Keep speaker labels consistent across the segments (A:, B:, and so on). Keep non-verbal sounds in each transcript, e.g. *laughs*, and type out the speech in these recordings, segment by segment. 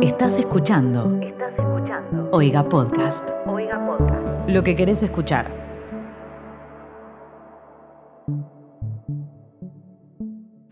A: Estás escuchando
B: Estás escuchando
A: Oiga Podcast.
B: Oiga Podcast.
A: Lo que querés escuchar.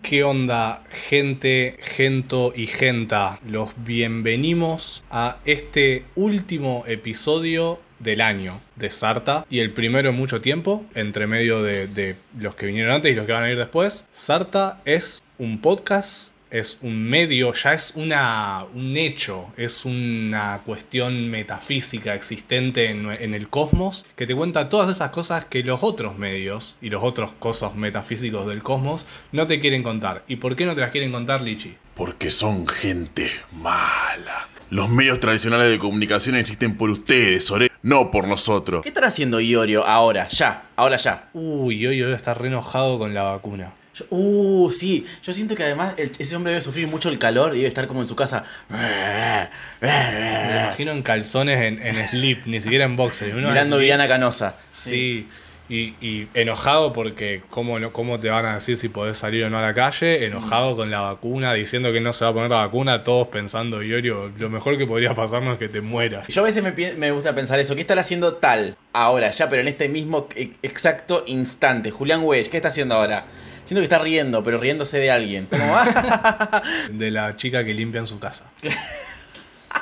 C: ¿Qué onda, gente, gento y genta? Los bienvenimos a este último episodio del año de Sarta y el primero en mucho tiempo, entre medio de, de los que vinieron antes y los que van a ir después. Sarta es un podcast, es un medio, ya es una, un hecho, es una cuestión metafísica existente en, nue- en el cosmos que te cuenta todas esas cosas que los otros medios y los otros cosas metafísicos del cosmos no te quieren contar. ¿Y por qué no te las quieren contar, Lichi?
D: Porque son gente mala. Los medios tradicionales de comunicación existen por ustedes, Ore, no por nosotros.
E: ¿Qué estará haciendo Iorio ahora? Ya, ahora ya.
C: Uy, hoy hoy está re enojado con la vacuna.
E: Yo- uh, sí. Yo siento que además el- ese hombre debe sufrir mucho el calor y debe estar como en su casa.
C: Me
E: Mirando
C: imagino en calzones en, en slip, ni siquiera en boxer. Uno en slip.
E: Viviana Canosa.
C: Sí. Y, y enojado porque cómo, no, cómo te van a decir si podés salir o no a la calle, enojado con la vacuna, diciendo que no se va a poner la vacuna, todos pensando, Iorio, lo mejor que podría pasarnos es que te mueras.
E: Yo a veces me, pi- me gusta pensar eso. ¿Qué estará haciendo tal ahora ya, pero en este mismo e- exacto instante? Julián Wedge, ¿qué está haciendo ahora? Siento que está riendo, pero riéndose de alguien. Está como, *laughs* "Ah",
C: De la chica que limpia en su casa.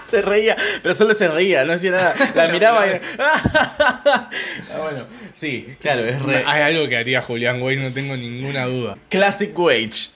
E: se reía, pero solo se reía, no hacía nada. La miraba y. *laughs* Ah, bueno, sí, claro, es re.
C: Hay algo que haría Julián Güey, no tengo ninguna duda.
E: Classic Wage.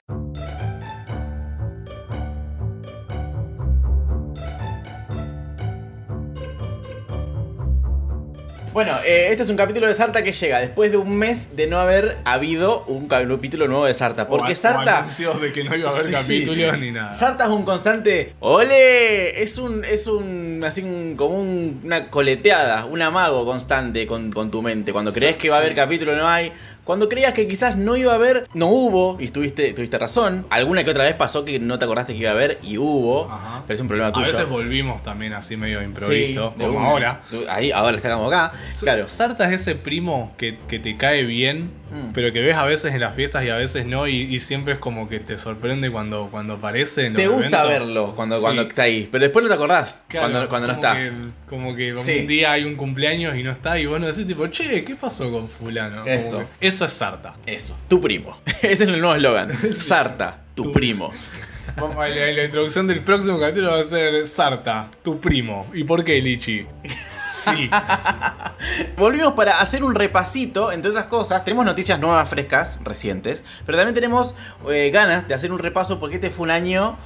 E: Bueno, eh, este es un capítulo de Sarta que llega después de un mes de no haber habido un capítulo nuevo de Sarta. *laughs* Porque
C: O- o
E: Sarta.
C: anuncios de que no *laughs* iba a haber
E: Sí, sí.
C: capítulos ni nada.
E: Sarta es un constante. ¡Ole! Es un. Es un. Así un- como un- una coleteada, un amago constante con, con tu mente. Cuando crees que va a haber capítulo, no hay. Cuando creías que quizás no iba a haber, no hubo. Y tuviste, tuviste razón. Alguna que otra vez pasó que no te acordaste que iba a haber y hubo.
C: Ajá.
E: Pero es un problema
C: Ah. A
E: tuyo.
C: veces volvimos también así medio
E: Sí,
C: improviso,
E: de
C: como
E: una.
C: ahora.
E: Ahí, ahora estamos acá. Claro.
C: Sarta es ese primo que, que te cae bien,
E: Mm.
C: pero que ves a veces en las fiestas y a veces no, y, y siempre es como que te sorprende cuando, cuando aparece. en los
E: Te gusta
C: eventos.
E: verlo cuando, cuando
C: Sí.
E: está ahí. Pero después no te acordás
C: Claro,
E: cuando, cuando no
C: como
E: está.
C: que- como que
E: Sí.
C: un día hay un cumpleaños y no está, y vos no decís tipo, che, ¿qué pasó con fulano? Como
E: Eso.
C: que- eso es Sarta.
E: Eso. Tu primo. *laughs* Ese es el
C: *laughs*
E: nuevo eslogan. Sarta, tu
C: Tu-
E: primo.
C: Vamos a la, la introducción del próximo capítulo va a ser Sarta, tu primo. ¿Y por qué, Lichi? Sí.
E: Volvimos para hacer un repasito, entre otras cosas. Tenemos noticias nuevas, frescas, recientes. Pero también tenemos eh, ganas de hacer un repaso porque este fue un año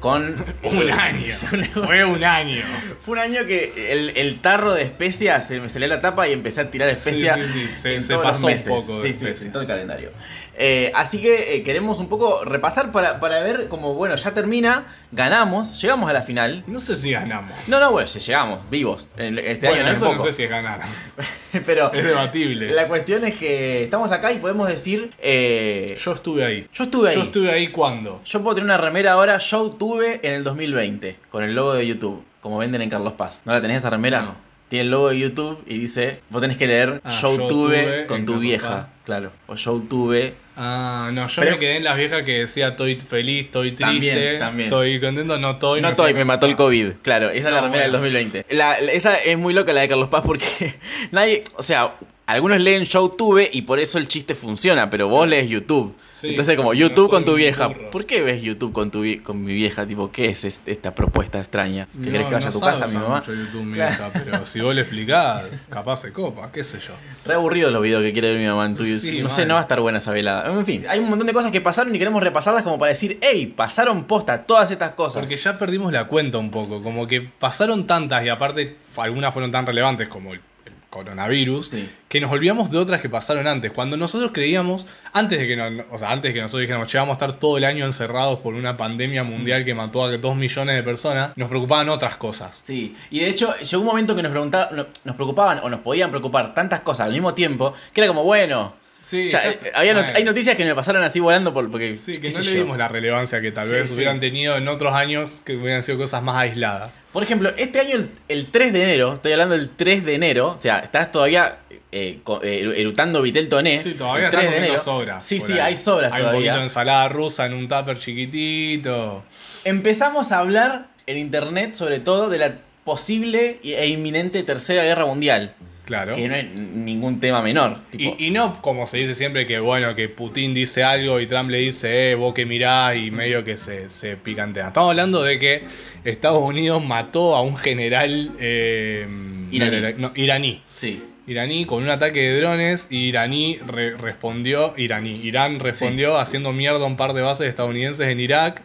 E: con.
C: *laughs* un año.
E: *laughs*
C: Fue un año.
E: Fue un año que el, el tarro de especias se me salió la tapa y empecé a tirar especias.
C: Sí, sí, sí. Se,
E: en
C: se
E: todos los
C: pasó un
E: meses.
C: poco. de
E: Sí, sí, sí,
C: especias.
E: en todo el calendario. Eh, así que eh, queremos un poco repasar para, para ver como, bueno, ya termina, ganamos, llegamos a la final.
C: No sé si ganamos.
E: No, no, bueno, llegamos, vivos. En- Este
C: bueno,
E: año no es
C: eso
E: poco.
C: no sé si es ganar.
E: *laughs* Pero
C: Es debatible.
E: La cuestión es que estamos acá y podemos decir. eh, yo,
C: Yo estuve ahí.
E: estuve ahí.
C: Yo
E: Yo,
C: estuve ahí cuando.
E: puedo tener una remera ahora, yo tuve en el 2020, con el logo de YouTube, como venden en Carlos Paz. ¿No la tenés esa remera?
C: No.
E: Tiene el logo de YouTube y dice, vos tenés que leer
C: Ah,
E: yo,
C: yo
E: tuve,
C: tuve en
E: con tu
C: Carlos
E: vieja,
C: Paz.
E: claro. O yo tuve.
C: Ah, no, yo
E: Pero-
C: me quedé en las viejas que decía estoy feliz, estoy triste,
E: También, también.
C: estoy contento, no estoy.
E: no
C: me
E: estoy,
C: fui a
E: me mató el
C: comprar.
E: COVID. Claro, esa es la
C: No,
E: remera
C: bueno.
E: del 2020. La- la- esa es muy loca la de Carlos Paz porque *laughs* nadie, o sea, algunos leen yo tuve y por eso el chiste funciona, pero vos lees YouTube.
C: Sí,
E: Entonces, como
C: no
E: YouTube con
C: soy
E: tu
C: un
E: vieja.
C: burro.
E: ¿Por qué ves YouTube con, tu, vi- con mi vieja? Tipo, ¿qué es est- esta propuesta extraña? ¿Que
C: No,
E: querés que vaya
C: no
E: a tu
C: sabe
E: casa, mi
C: usar
E: mamá?
C: mucho YouTube, mi hija, pero si vos le explicás, capaz se copa, qué sé yo.
E: Re aburrido los videos que quiere ver mi mamá en tu
C: Sí,
E: YouTube. No sé,
C: mal.
E: no va a estar buena esa velada. En fin, hay un montón de cosas que pasaron y queremos repasarlas como para decir, hey, pasaron posta todas estas cosas.
C: Porque ya perdimos la cuenta un poco, como que pasaron tantas y aparte f- algunas fueron tan relevantes como el, el coronavirus,
E: Sí.
C: que nos olvidamos de otras que pasaron antes. Cuando nosotros creíamos, antes de que, no- o sea, antes de que nosotros dijéramos, che, vamos a estar todo el año encerrados por una pandemia mundial que mató a 2 millones de personas, nos preocupaban otras cosas.
E: Sí, y de hecho llegó un momento que nos, pregunta- no- nos preocupaban o nos podían preocupar tantas cosas al mismo tiempo que era como, bueno,
C: Sí,
E: Ya,
C: ya
E: eh,
C: está.
E: había not-
C: Bueno.
E: hay noticias que me pasaron así volando por, porque.
C: Sí, que
E: qué
C: no
E: sé
C: le
E: yo.
C: dimos la relevancia que tal
E: Sí,
C: vez
E: sí.
C: hubieran tenido en otros años, que hubieran sido cosas más aisladas.
E: Por ejemplo, este año, el, el 3 de enero, estoy hablando del 3 de enero, o sea, estás todavía eh, co- eh, erutando Vitel Toné.
C: Sí, todavía
E: el 3
C: están
E: de
C: comiendo
E: enero.
C: sobras.
E: Sí,
C: por
E: sí,
C: ahí.
E: hay sobras
C: Hay un
E: todavía.
C: poquito de ensalada rusa en un tupper chiquitito.
E: Empezamos a hablar en internet, sobre todo, de la posible e inminente tercera guerra mundial,
C: Claro.
E: que no es ningún tema menor. tipo,
C: Y, y no como se dice siempre que, bueno, que Putin dice algo y Trump le dice, eh, vos que mirás y medio que se, se picantea. Estamos hablando de que Estados Unidos mató a un general eh,
E: Iraní.
C: no, iraní.
E: sí.
C: Iraní con un ataque de drones y Iraní re- respondió, Iraní, Irán respondió haciendo mierda a un par de bases estadounidenses en Irak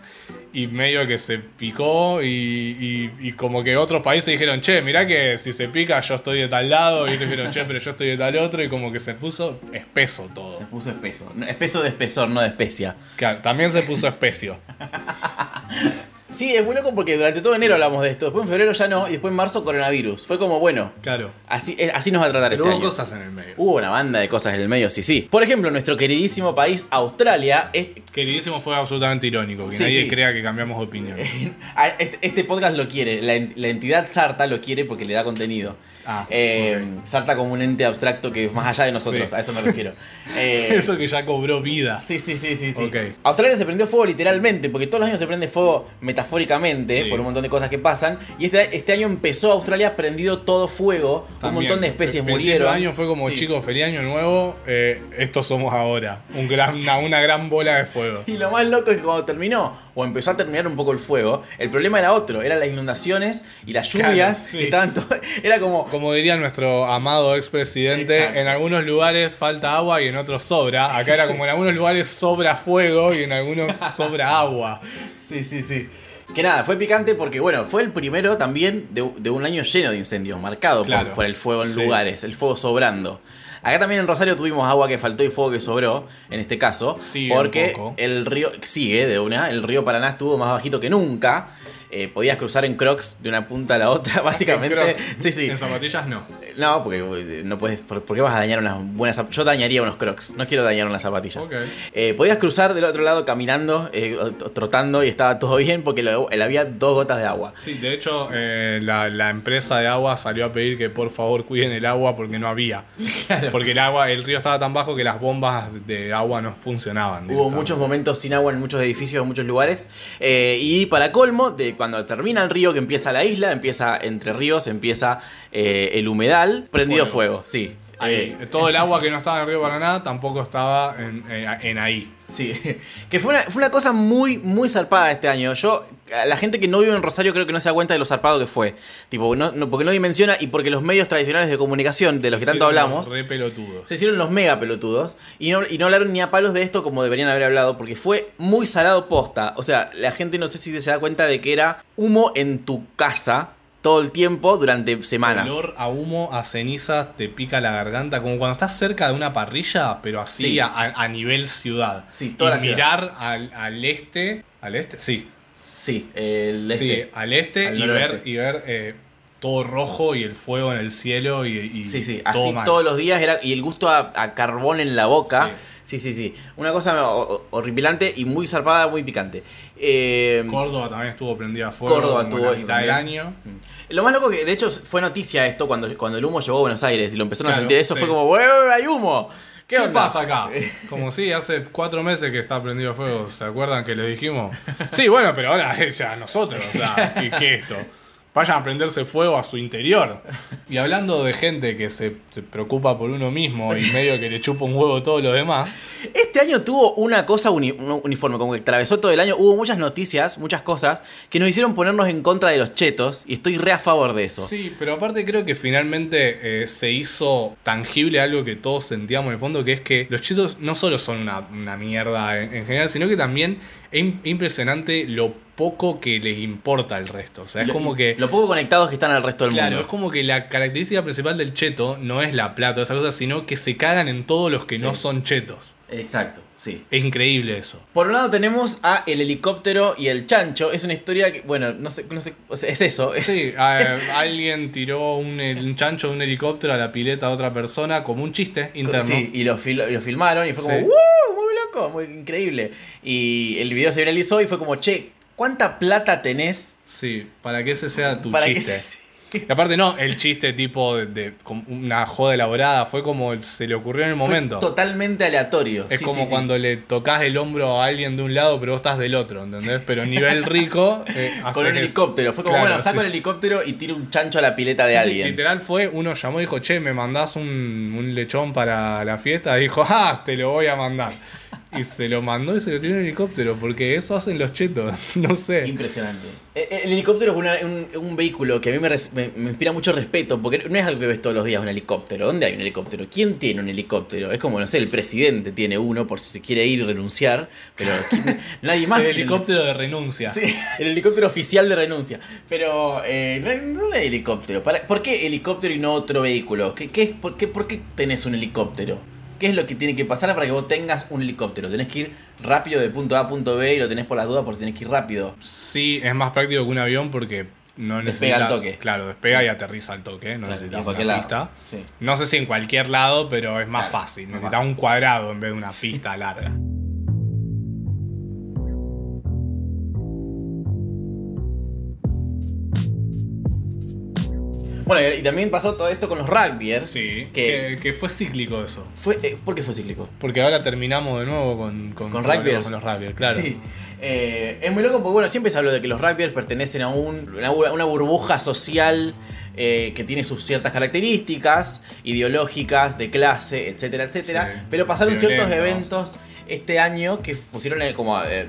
C: y medio que se picó y, y- y como que otros países dijeron, che, mirá que si se pica yo estoy de tal lado y ellos dijeron, che, pero yo estoy de tal otro y como que se puso espeso
E: Se
C: todo.
E: puso espeso. No, Espeso de espesor, no de especia.
C: Claro, también se puso especio.
E: Sí, es muy loco porque durante todo enero hablamos de esto, después en febrero ya no, y después en marzo coronavirus. Fue como, bueno,
C: Claro.
E: así, eh, así nos va a tratar
C: Pero
E: este
C: hubo
E: año.
C: cosas en el medio.
E: Hubo una banda de cosas en el medio, sí, sí. Por ejemplo, nuestro queridísimo país, Australia, es-
C: Queridísimo fue absolutamente irónico, que
E: Sí,
C: nadie
E: sí.
C: crea que cambiamos de
E: *laughs*
C: opinión.
E: a- este, este podcast lo quiere, la, en- la entidad Sarta lo quiere porque le da contenido.
C: Ah,
E: Eh, Sarta como un ente abstracto que es más allá de nosotros,
C: Sí.
E: a eso me
C: *laughs*
E: refiero.
C: ok.
E: Eh,
C: Eso que ya cobró vida.
E: Sí, sí, sí, sí. sí.
C: Ok.
E: Australia se prendió fuego literalmente, porque todos los años se prende fuego metafóricamente
C: Sí.
E: por un montón de cosas que pasan. Y este, este año empezó Australia prendido todo fuego, un
C: También.
E: montón de especies
C: Pe- principio de
E: murieron.
C: año fue como,
E: Sí.
C: chicos, feliz año nuevo, eh, estos somos ahora. Un gran, una, una gran bola de fuego.
E: Y lo más loco es que cuando terminó, o empezó a terminar un poco el fuego, el problema era otro, eran las inundaciones y las lluvias.
C: Claro, sí.
E: que estaban todo- *laughs* era como,
C: Como diría nuestro amado expresidente,
E: Exacto.
C: en algunos lugares falta agua y en otros sobra. Acá era como en algunos lugares sobra fuego y en algunos sobra agua.
E: Sí, sí, sí. Que nada, fue picante porque, bueno, fue el primero también de, de un año lleno de incendios, marcado por-
C: Claro.
E: por, el fuego en
C: Sí.
E: lugares, el fuego sobrando. Acá también en Rosario tuvimos agua que faltó y fuego que sobró, en este caso,
C: Sí, un
E: porque
C: poco.
E: el río, sigue de una, el río Paraná estuvo más bajito que nunca, Eh, podías cruzar en crocs de una punta a la otra, *laughs* básicamente.
C: En crocs.
E: Sí, sí.
C: En zapatillas no.
E: No, porque eh, no puedes, ¿por, por qué vas a dañar unas buenas zap- Yo dañaría unos crocs, no quiero dañar unas zapatillas.
C: Ok.
E: Eh, podías cruzar del otro lado caminando, eh, o- o trotando y estaba todo *laughs* bien porque lo- le había dos gotas de agua.
C: Sí, de hecho, eh, la, la empresa de agua salió a pedir que por favor cuiden el agua porque no
E: *laughs*
C: había. Porque el agua, el río estaba tan bajo que las bombas de agua no funcionaban.
E: Hubo
C: directamente.
E: muchos momentos sin agua en muchos edificios, en muchos lugares. Eh, y para colmo, de cuando termina el río que empieza la isla, empieza Entre Ríos, empieza eh, el humedal, prendido fuego,
C: Fuego.
E: sí.
C: Ahí.
E: Eh,
C: Todo el agua que no estaba en el río Paraná tampoco estaba en, en- en ahí.
E: Sí, *laughs* que fue una, fue una cosa muy, muy zarpada este año. Yo, a la gente que no vive en Rosario creo que no se da cuenta de lo zarpado que fue. Tipo, no, no- porque no dimensiona y porque los medios tradicionales de comunicación, de los que tanto
C: Sí,
E: hablamos,
C: Re pelotudos.
E: se hicieron los mega pelotudos y no, y no hablaron ni a palos de esto como deberían haber hablado porque fue muy salado posta. O sea, la gente no sé si se da cuenta de que era humo en tu casa todo el tiempo durante
C: El
E: semanas.
C: olor a humo, a ceniza, te pica la garganta, como cuando estás cerca de una parrilla, pero así
E: Sí.
C: a, a nivel ciudad.
E: Sí,
C: Y
E: toda la ciudad.
C: mirar al, al este, al este, sí,
E: Sí, el este.
C: sí, al este
E: Al
C: y
E: noroeste.
C: ver, y ver eh, todo rojo y el fuego en el cielo y, y
E: Sí, sí,
C: todo
E: así
C: mal.
E: todos los días era y el gusto a, a carbón en la boca.
C: Sí.
E: Sí, sí, sí. Una cosa ho- ho- horripilante y muy zarpada, muy picante. Eh,
C: Córdoba también estuvo prendida a fuego.
E: Córdoba
C: como
E: tuvo
C: la
E: eso
C: mitad del
E: también.
C: año.
E: lo más loco que, de hecho, fue noticia esto cuando, cuando el humo llegó a Buenos Aires y lo empezaron a
C: Claro,
E: sentir. Eso
C: sí.
E: fue como, "Ué, hay humo! ¿Qué,
C: ¿Qué,
E: onda?".
C: pasa acá? *laughs* Como si hace cuatro meses que está prendido fuego, ¿se acuerdan que les dijimos? Sí, bueno, pero ahora es ya nosotros, o sea, ¿qué, qué esto? Vayan a prenderse fuego a su interior. Y hablando de gente que se, se preocupa por uno mismo y medio que le chupa un huevo todo lo demás,
E: Este año tuvo una cosa uni- un- uniforme, como que atravesó todo el año. Hubo muchas noticias, muchas cosas que nos hicieron ponernos en contra de los chetos y estoy re a favor de eso.
C: Sí, pero aparte creo que finalmente eh, se hizo tangible algo que todos sentíamos en el fondo, que es que los chetos no solo son una, una mierda en, en general, sino que también es im- impresionante lo poco que les importa al resto. O sea, es
E: Lo-
C: como que...
E: Lo poco conectados que están al resto del
C: Claro, es
E: mundo.
C: como que la característica principal del cheto no es la plata, esa cosa, sino que se cagan en todos los que
E: Sí.
C: no son chetos.
E: Exacto, sí.
C: Es increíble
E: *laughs*
C: eso.
E: Por un lado tenemos a El helicóptero y el chancho. Es una historia que, bueno, no sé, no sé, o sea, es eso. *laughs* es-
C: Sí, a- alguien tiró un, un chancho de un helicóptero a la pileta de otra persona como un chiste interno.
E: Sí, y lo, fil- lo filmaron y fue como,
C: Sí.
E: ¡wow! Muy loco, muy increíble. Y el video se viralizó y fue como, che, ¿cuánta plata tenés
C: Sí, para que ese sea tu
E: para que
C: chiste.
E: *laughs* se-
C: Y aparte no, el chiste tipo de, de- como una joda elaborada, fue como se le ocurrió en el
E: Fue
C: momento.
E: totalmente aleatorio.
C: Es
E: Sí,
C: como
E: sí, sí.
C: cuando le tocas el hombro a alguien de un lado, pero vos estás del otro, ¿entendés? Pero nivel rico, eh, haces
E: *laughs* Con un
C: eso.
E: helicóptero. Fue como,
C: Claro,
E: bueno, saco
C: sí.
E: el helicóptero y tiro un chancho a la pileta de
C: Sí, sí,
E: alguien.
C: literal fue, uno llamó y dijo, che, ¿me mandás un, un lechón para la fiesta? Dijo, ah, te lo voy a mandar. Y se lo mandó y se lo tiró en un helicóptero, porque eso hacen los chetos, *laughs* no sé.
E: Impresionante. Eh, eh, El helicóptero es una- un, un vehículo que a mí me, res- me- me inspira mucho respeto, porque no es algo que ves todos los días un helicóptero. ¿Dónde hay un helicóptero? ¿Quién tiene un helicóptero? Es como, no sé, el presidente tiene uno por si se quiere ir y renunciar, pero ¿quién- *laughs* nadie más.
C: El
E: tiene-
C: helicóptero de renuncia.
E: Sí, *laughs* el helicóptero oficial de renuncia. Pero, eh, no hay- no hay helicóptero. Para- ¿Por qué helicóptero y no otro vehículo? ¿Qué, qué, es- por, qué, ¿Por qué tenés un helicóptero? ¿Qué es lo que tiene que pasar para que vos tengas un helicóptero? Tenés que ir rápido de punto A a punto B y lo tenés por las dudas porque tenés que ir rápido.
C: Sí, es más práctico que un avión porque no
E: Despega
C: necesita...
E: al toque.
C: Claro, despega
E: Sí.
C: y aterriza al toque, no
E: Claro,
C: necesita
E: en
C: una
E: cualquier lado.
C: pista.
E: Sí.
C: No sé si en cualquier lado, pero es más
E: Claro,
C: fácil.
E: más
C: Necesita
E: fácil.
C: un cuadrado en vez de una pista
E: *laughs*
C: larga.
E: Bueno, y y también pasó todo esto con los rugbyers.
C: Sí,
E: Que-
C: que, que fue cíclico eso.
E: Fue, eh, ¿Por qué fue cíclico?
C: Porque ahora terminamos de nuevo con, con,
E: Con
C: problemas
E: rugbyers.
C: Con los rugbyers, claro.
E: Sí. Eh, es muy loco porque, bueno, siempre se habló de que los rugbyers pertenecen a un- una, bu- una burbuja social eh, que tiene sus ciertas características ideológicas, de clase, etcétera, etcétera.
C: Sí.
E: Pero pasaron ciertos
C: Violentos.
E: eventos este año que pusieron eh, como. eh,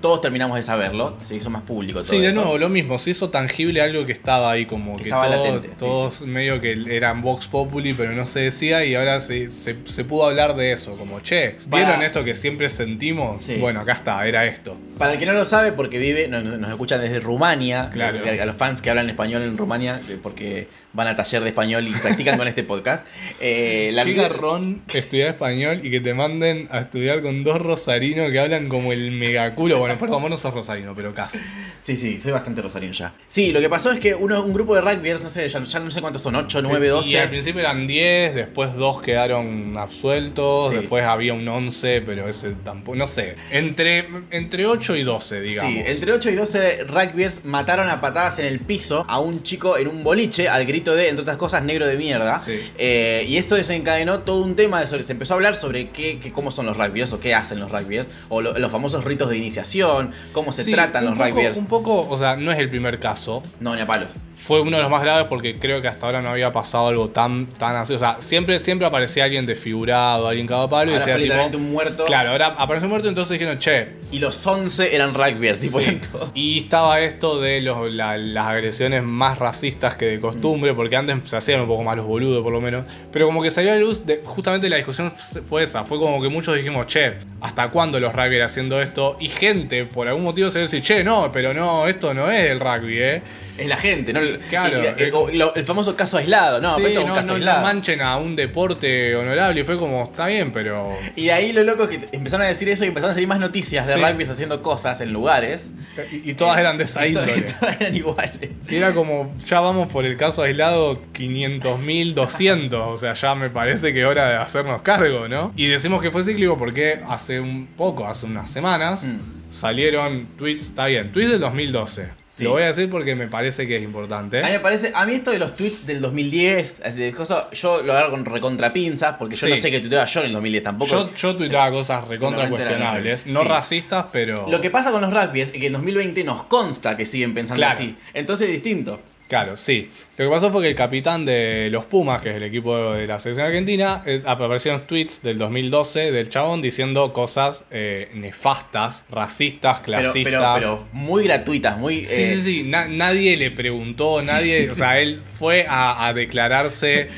E: todos terminamos de saberlo, se hizo más público todo
C: Sí, de
E: eso.
C: nuevo, lo mismo, se hizo tangible algo que estaba ahí, como
E: Que
C: que,
E: estaba
C: todo-
E: latente, sí,
C: todos medio que eran Vox Populi, pero no se decía, y ahora se, se- se pudo hablar de eso, como, che,
E: Para-
C: ¿vieron esto que siempre sentimos?
E: Sí.
C: Bueno, acá está, era esto.
E: Para el que no lo sabe, porque vive, nos, nos escuchan desde Rumania.
C: Claro.
E: A, a los fans que hablan español en Rumania, eh, porque van a taller de español y practican con este podcast. Eh, la
C: Qué
E: vida-
C: garrón estudiar español y que te manden a estudiar con dos rosarinos que hablan como el megaculo. Bueno, perdón, vos no sos rosarino, pero casi.
E: Sí, sí, soy bastante rosarino ya. Sí, lo que pasó es que uno, un grupo de rugbyers, no sé, ya, ya no sé cuántos son, 8, 9,
C: Y al
E: 12.
C: principio eran 10, después dos quedaron absueltos,
E: Sí.
C: después había un 11, pero ese tampoco, no sé. Entre, entre 8 y 12, digamos.
E: Sí, entre 8 y 12 rugbyers mataron a patadas en el piso a un chico en un boliche al grito de, entre otras cosas, negro de mierda.
C: Sí.
E: Eh, y esto desencadenó todo un tema de sobre, se empezó a hablar sobre qué, qué- cómo son los rugbyers o qué hacen los rugbyers, o lo- los famosos ritos de iniciación, cómo se
C: Sí,
E: tratan
C: un
E: los
C: poco-
E: rugbyers.
C: Un poco, o sea, no es el primer caso.
E: No, ni a palos.
C: Fue uno de los más graves porque creo que hasta ahora no había pasado algo tan, tan así. O sea, siempre, siempre aparecía alguien desfigurado, alguien cada palo y
E: Ahora
C: decía
E: fue literalmente
C: tipo.
E: un muerto
C: Claro, ahora apareció muerto, entonces dijeron, che,
E: y los 11 eran *laughs* rugbyers, tipo,
C: Sí.
E: en todo.
C: Y estaba esto de los- la- las agresiones más racistas que de costumbre, porque antes se hacían un poco más los boludos, por lo menos. Pero como que salió a la luz, de- justamente la discusión f- fue esa. Fue como que muchos dijimos, che, ¿hasta cuándo los rugby haciendo esto? Y gente, por algún motivo, se dice, che, no, pero no, esto no es el rugby, ¿eh?
E: Es la gente, ¿no?
C: Claro. eh.
E: Y- y- y- o lo- el famoso caso aislado, no,
C: Sí,
E: pero esto es un
C: no,
E: caso
C: no- no
E: aislado.
C: manchen a un deporte honorable. Y fue como, está bien, pero.
E: y de ahí lo loco es que empezaron a decir eso y empezaron a salir más noticias de
C: Sí.
E: rugbyers haciendo cosas en lugares.
C: Y, y todas eran de esa
E: Y todas-
C: índole.
E: todas eran iguales.
C: Y era como, ya vamos por el caso aislado 500.200, o sea, ya me parece que es hora de hacernos cargo, ¿no? Y decimos que fue cíclico porque hace un poco, hace unas semanas,
E: Mm.
C: salieron tweets, está bien, tweets del 2012.
E: Sí.
C: Lo voy a decir porque me parece que es importante.
E: A mí me parece, a mí esto de los tweets del 2010, así de cosas, yo lo agarro con recontrapinzas, porque yo
C: Sí.
E: no sé qué tuiteaba yo en el 2010 tampoco.
C: Yo, yo tuiteaba cosas recontra
E: Seguramente era
C: cuestionables,
E: lo
C: no
E: mismo. Sí.
C: racistas, pero...
E: Lo que pasa con los rugbyers es que en 2020 nos consta que siguen pensando
C: Claro.
E: así. Entonces es distinto.
C: Claro, sí. Lo que pasó fue que el capitán de los Pumas, que es el equipo de la selección argentina, eh, aparecieron tweets del 2012 del chabón diciendo cosas eh, nefastas, racistas,
E: Pero,
C: clasistas.
E: pero, pero muy gratuitas, muy.
C: Sí,
E: eh,
C: sí, sí. Na- nadie le preguntó,
E: Sí,
C: nadie.
E: sí,
C: o sea, él fue a, a declararse.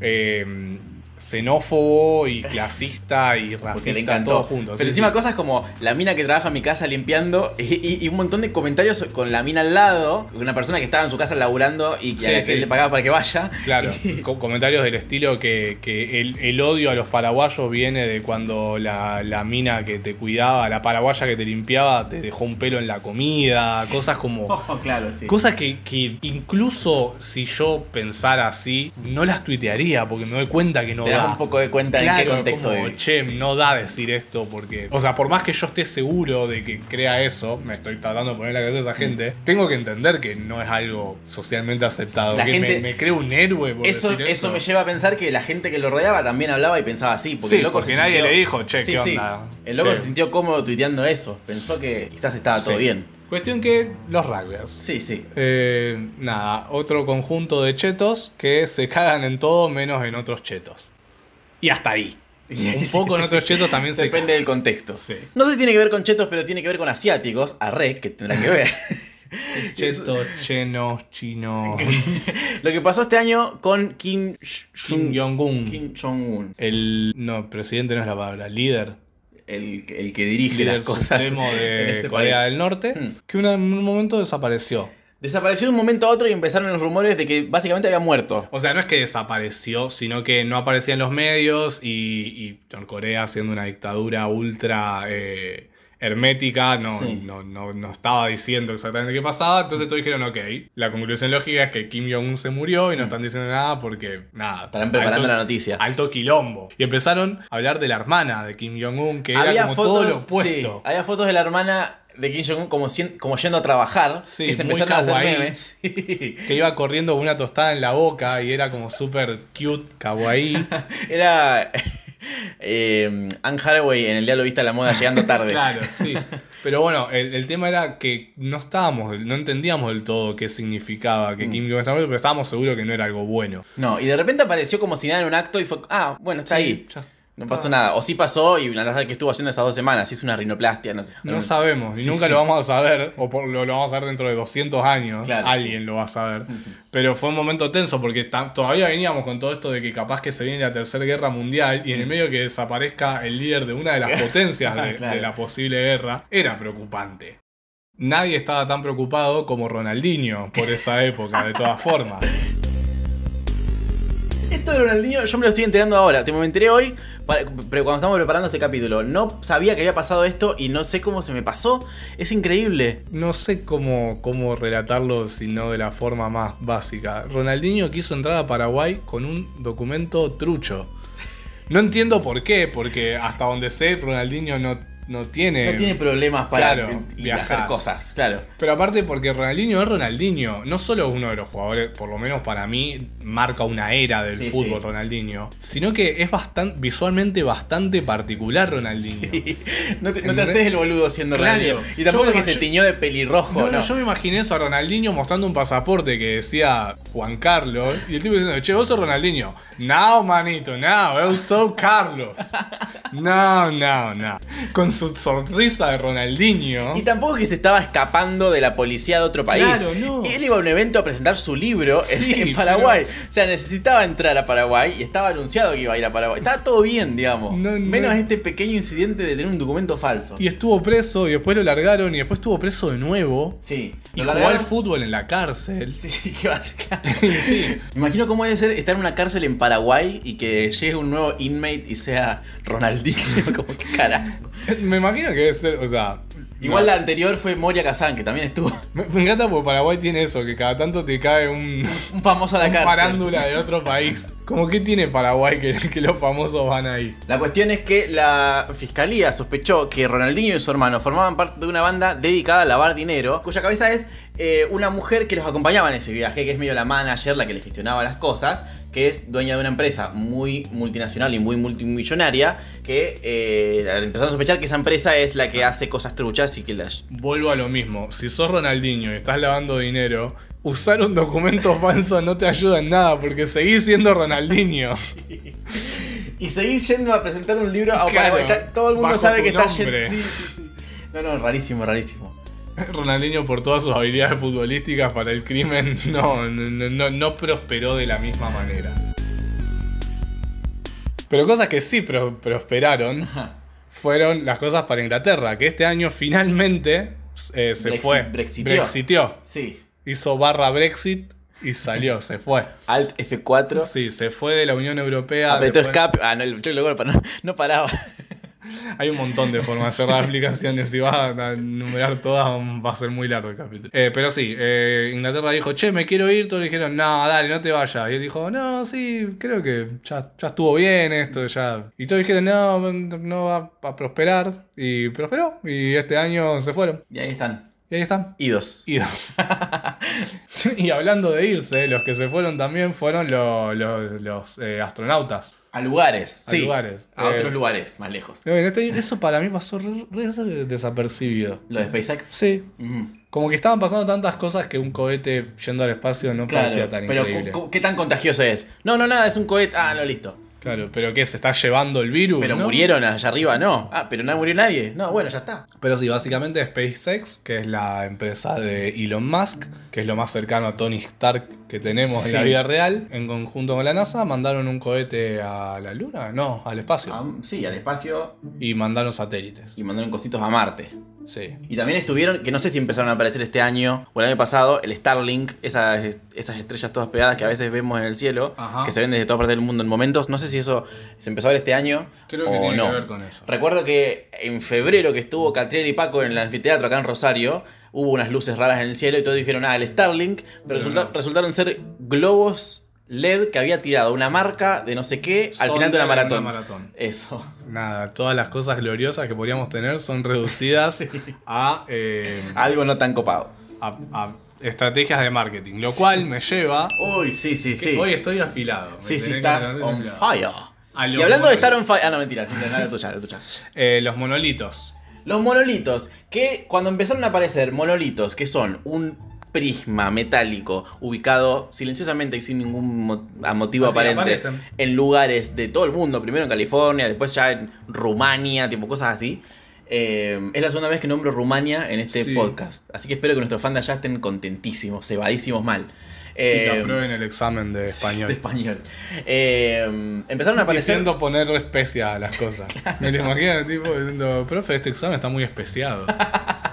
C: eh, xenófobo y clasista y
E: Porque le
C: racista
E: encantó.
C: todo junto.
E: Pero
C: sí,
E: encima
C: sí.
E: cosas como la mina que trabaja en mi casa limpiando y, y- y un montón de comentarios con la mina al lado, una persona que estaba en su casa laburando y que
C: Sí,
E: a la que
C: sí.
E: él le pagaba para que vaya. *laughs*
C: Claro, co- comentarios del estilo que, que el, el odio a los paraguayos viene de cuando la, la mina que te cuidaba, la paraguaya que te limpiaba, te dejó un pelo en la comida, cosas
E: Oh.
C: como...
F: Ojo, claro, sí.
C: Cosas que, que incluso si yo pensara así, no las tuitearía porque me doy cuenta que no
E: Te
C: da.
E: das un poco de cuenta de en qué
C: Claro,
E: contexto
C: como,
E: vive.
C: che, no da decir esto porque. O sea, por más que yo esté seguro de que crea eso, me estoy tratando de poner la cabeza a esa
E: Mm.
C: gente, tengo que entender que no es algo socialmente aceptado.
E: La
C: que
E: gente-
C: me, me creo un héroe por
E: Eso,
C: decir eso.
E: eso me lleva a pensar que la gente que lo rodeaba también hablaba y pensaba así. Porque
C: Sí,
E: el loco
C: porque
E: se
C: nadie
E: sintió-
C: le dijo, che, ¿qué onda?
E: El loco
C: Che.
E: se sintió cómodo tuiteando eso. Pensó que quizás estaba todo
C: Sí.
E: bien.
C: Cuestión que los rugbyers.
E: Sí, sí.
C: Eh, nada, otro conjunto de chetos que se cagan en todo menos en otros chetos. Y hasta
E: *laughs*
C: ahí. Un poco en otros chetos también se
E: Depende del contexto.
C: Sí.
E: No sé si tiene que ver con chetos, pero tiene que ver con asiáticos. Arre, que tendrá
C: *laughs*
E: que ver.
C: Chetos, chenos,
E: *laughs*
C: chinos.
E: Lo que pasó este año con Kim,
C: Kim Jong-un.
E: Kim Jong-un,
C: El. No, presidente no es la palabra, líder.
E: el, el que dirige
C: Líder
E: las cosas
C: supremo
E: *laughs* en
C: de
E: ese
C: Corea
E: país.
C: del Norte.
E: Hmm.
C: Que una- en un momento desapareció.
E: Desapareció de un momento a otro y empezaron los rumores de que básicamente había muerto.
C: O sea, no es que desapareció, sino que no aparecía en los medios y, y Norcorea siendo una dictadura ultra eh, hermética, no,
E: Sí.
C: no, no, no estaba diciendo exactamente qué pasaba. Entonces todos dijeron, ok, la conclusión lógica es que Kim Jong-un se murió y no están diciendo nada porque, nada.
E: Estarán em, preparando
C: alto-
E: la noticia.
C: Alto quilombo. Y empezaron a hablar de la hermana de Kim Jong-un, que era
E: había
C: como
E: fotos,
C: todo lo
E: sí,
C: opuesto.
E: había fotos de la hermana de Kim Jong-un como, sien- como yendo a trabajar.
C: Sí,
E: que se
C: muy
E: empezaron a hacer
C: kawaii.
E: memes. *laughs* Sí.
C: Que iba corriendo con una tostada en la boca y era como súper cute,
E: *laughs*
C: kawaii.
E: Era *laughs* eh, Anne Hathaway en el Diablo Vista a la Moda llegando tarde.
C: *laughs* Claro, sí. Pero bueno, el, el tema era que no estábamos, no entendíamos del todo qué significaba que
E: Mm.
C: Kim Jong-un estaba muerto, pero estábamos seguros que no era algo bueno.
E: No, y de repente apareció como si nada en un acto y fue, ah, bueno, está ahí.
C: Ya-
E: No pasó nada. O sí pasó y la sabe que estuvo haciendo esas dos semanas. Hizo una rinoplastia, no sé.
C: no sabemos, y
E: Sí,
C: nunca
E: sí.
C: lo vamos a saber, o por- lo, lo vamos a saber dentro de 200 años,
E: Claro,
C: alguien lo va a saber. Pero fue un momento tenso porque está- todavía veníamos con todo esto de que capaz que se viene la Tercera Guerra Mundial y en el medio que desaparezca el líder de una de
E: *laughs*
C: las potencias de,
F: Claro.
C: de la posible guerra, era preocupante. Nadie estaba tan preocupado como Ronaldinho por esa época, de todas formas.
E: Esto de Ronaldinho, yo me lo estoy enterando ahora. Te me enteré hoy, para- pero cuando estábamos preparando este capítulo. No sabía que había pasado esto y no sé cómo se me pasó. Es increíble.
C: No sé cómo, cómo relatarlo, sino de la forma más básica. Ronaldinho quiso entrar a Paraguay con un documento trucho. No entiendo por qué, porque hasta donde sé, Ronaldinho no, no tiene.
E: No tiene problemas para
C: Eh, claro,
E: y- y
C: viajar.
E: hacer cosas, claro.
C: Pero aparte, porque Ronaldinho es Ronaldinho. No solo es uno de los jugadores, por lo menos para mí, marca una era del
E: Sí,
C: fútbol,
E: sí.
C: Ronaldinho. Sino que es bastante, visualmente bastante particular, Ronaldinho.
E: *laughs* No te, no te
C: ¿Entendés?
E: haces el boludo siendo
C: Claro.
E: Ronaldinho. Y
C: Yo
E: tampoco
C: me
E: es que se
C: imagino-
E: tiñó de pelirrojo,
C: No,
E: ¿no?
C: no, yo me imaginé eso a Ronaldinho mostrando un pasaporte que decía Juan Carlos y el tipo diciendo, che, vos sos Ronaldinho. No, manito, no, yo soy Carlos. No, no, no. Con su sonrisa de Ronaldinho.
E: Y tampoco es que se estaba escapando de la policía de otro país.
C: Claro, no.
E: Él iba a un evento a presentar su libro en-
C: Sí,
E: en Paraguay. O sea, necesitaba entrar a Paraguay y estaba anunciado que iba a ir a Paraguay. Está todo bien, digamos.
C: No, no.
E: Menos este pequeño incidente de tener un documento falso.
C: Y estuvo preso y después lo largaron y después estuvo preso de nuevo.
E: Sí.
C: Y
E: Lo
C: jugó
E: largaron-
C: al fútbol en la cárcel.
E: Sí, *laughs* sí, que vas,
C: *laughs*
E: claro. Me Imagino cómo debe ser estar en una cárcel en Paraguay y que llegue un nuevo inmate y sea Ronaldinho, *laughs* como que carajo.
C: Me imagino que debe ser, o sea...
E: Igual
C: no.
E: la anterior fue Moria Kazán, que también estuvo *laughs*
C: Me, me encanta porque Paraguay tiene eso, que cada tanto te cae un...
E: un famoso a la
C: Un
E: cárcel.
C: parándula de otro país. Como que tiene Paraguay que, que los famosos van ahí.
E: La cuestión es que la fiscalía sospechó que Ronaldinho y su hermano formaban parte de una banda dedicada a lavar dinero, cuya cabeza es eh, una mujer que los acompañaba en ese viaje, que es medio la manager, la que le gestionaba las cosas, que es dueña de una empresa muy multinacional y muy multimillonaria, que eh, empezaron a sospechar que esa empresa es la que hace cosas truchas y que las...
C: Vuelvo a lo mismo. Si sos Ronaldinho y estás lavando dinero, usar un documento falso no te ayuda en nada porque seguís siendo Ronaldinho. *laughs*
E: Y seguir yendo a presentar un libro a
C: Claro,
E: Está- todo el mundo
C: bajo
E: sabe
C: tu
E: que está
C: nombre.
E: yendo... Sí, sí, sí. No, no, rarísimo, rarísimo.
C: Ronaldinho por todas sus habilidades futbolísticas para el crimen *laughs* no, no, no, no prosperó de la misma manera. Pero cosas que sí pro- prosperaron fueron las cosas para Inglaterra, que este año finalmente eh, se
E: Brexi-
C: fue.
E: brexiteó.
C: Brexiteó.
E: Sí.
C: Hizo barra Brexit y salió, se fue.
E: Alt F4.
C: Sí, se fue de la Unión Europea.
E: Apretó
C: después-
E: escape. Ah, no, el Chuck Lorre *laughs* no, no paraba.
C: Hay un montón de formas de cerrar aplicaciones. Si vas a enumerar todas, va a ser muy largo el capítulo. Eh, pero sí, eh, Inglaterra dijo, che, me quiero ir. Todos le dijeron, no, dale, no te vayas. Y él dijo, no, sí, creo que ya, ya estuvo bien esto, ya. Y todos dijeron, no, no va a prosperar. Y prosperó. Y este año se fueron.
E: Y ahí están.
C: Y ahí están.
E: Idos.
C: Ido. *laughs* y hablando de irse, los que se fueron también fueron lo- lo- los eh, astronautas.
E: A lugares. eh,
C: A
E: sí.
C: lugares.
E: A
C: Eh,
E: otros lugares más lejos.
C: No, en este- eso para mí pasó re- re desapercibido.
E: Lo de SpaceX.
C: Sí.
E: Ujú.
C: Como que estaban pasando tantas cosas que un cohete yendo al espacio no parecía tan
E: Claro, pero
C: increíble.
E: cu- cu- ¿qué tan contagioso es? No, no, nada, es un cohete. Ah, no, listo.
C: Claro, pero ¿qué? ¿Se está llevando el virus?
E: Pero
C: ¿no?
E: murieron allá arriba, no. Ah, pero no murió nadie. No, bueno, ya está.
C: Pero sí, básicamente SpaceX, que es la empresa de Elon Musk, que es lo más cercano a Tony Stark que tenemos en la
E: Sí.
C: vida real, en conjunto con la NASA, mandaron un cohete a la Luna, no, al espacio.
E: Ah, sí, al espacio
C: Y mandaron satélites.
E: y mandaron cositos a Marte.
C: Sí.
E: Y también estuvieron, que no sé si empezaron a aparecer este año o el año pasado, el Starlink, esas, esas estrellas todas pegadas que a veces vemos en el cielo,
C: Ajá.
E: que se ven desde toda parte del mundo en momentos. No sé si eso se empezó a ver este año o no.
C: con eso.
E: Recuerdo que en febrero que estuvo Catriel y Paco en el anfiteatro acá en Rosario, hubo unas luces raras en el cielo y todos dijeron, ah, el Starlink, pero
C: Pero
E: resulta-
C: no.
E: resultaron ser globos LED que había tirado una marca de no sé qué al final de una maratón. Eso.
C: Nada, todas las cosas gloriosas que podríamos tener son
E: *laughs*
C: reducidas a, eh,
E: Algo no tan copado.
C: a- a estrategias de marketing, lo cual me lleva...
E: Uy, sí, sí,
C: que Hoy estoy afilado. me
E: Sí, sí,
C: tenés que
E: estás
C: tener
E: on
C: afilado.
E: fire.
C: A los
E: Y hablando de estar on
C: monolitos.
E: fire. Ah, no, mentira, sí, no, lo tuyo, lo tuyo.
C: Eh, los monolitos.
E: Los monolitos, que cuando empezaron a aparecer monolitos, que son un prisma metálico ubicado silenciosamente y sin ningún mo- a motivo
C: Así
E: aparente
C: aparecen.
E: en lugares de todo el mundo, primero en California, después ya en Rumania, tipo cosas así. Eh, es la segunda vez que nombro Rumania en este
C: Sí.
E: podcast, así que espero que nuestros fans de allá estén contentísimos, cebadísimos mal.
C: Y que
E: Eh,
C: aprueben el examen de español.
E: *laughs* de español. Eh, empezaron a aparecer.
C: Diciendo poner especia a las
E: *laughs*
C: cosas. Me lo imagino, tipo, diciendo, profe, este examen está muy especiado.
E: *laughs*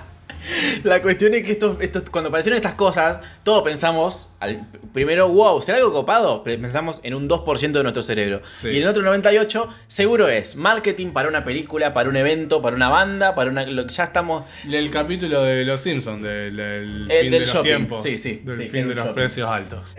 E: La cuestión es que estos, estos- cuando aparecieron estas cosas, todos pensamos, al, primero, wow, ¿será algo copado? Pero Pensamos en un 2% de nuestro cerebro.
C: Sí.
E: Y en el otro 98, seguro es marketing para una película, para un evento, para una banda, para una... lo-
C: *laughs*
E: ya estamos...
C: El capítulo de Los Simpsons, del, del fin
E: El Eh, del
C: de los
E: shopping,
C: tiempos.
E: sí, sí,
C: Del
E: sí,
C: fin
E: el
C: de los
E: shopping.
C: precios altos.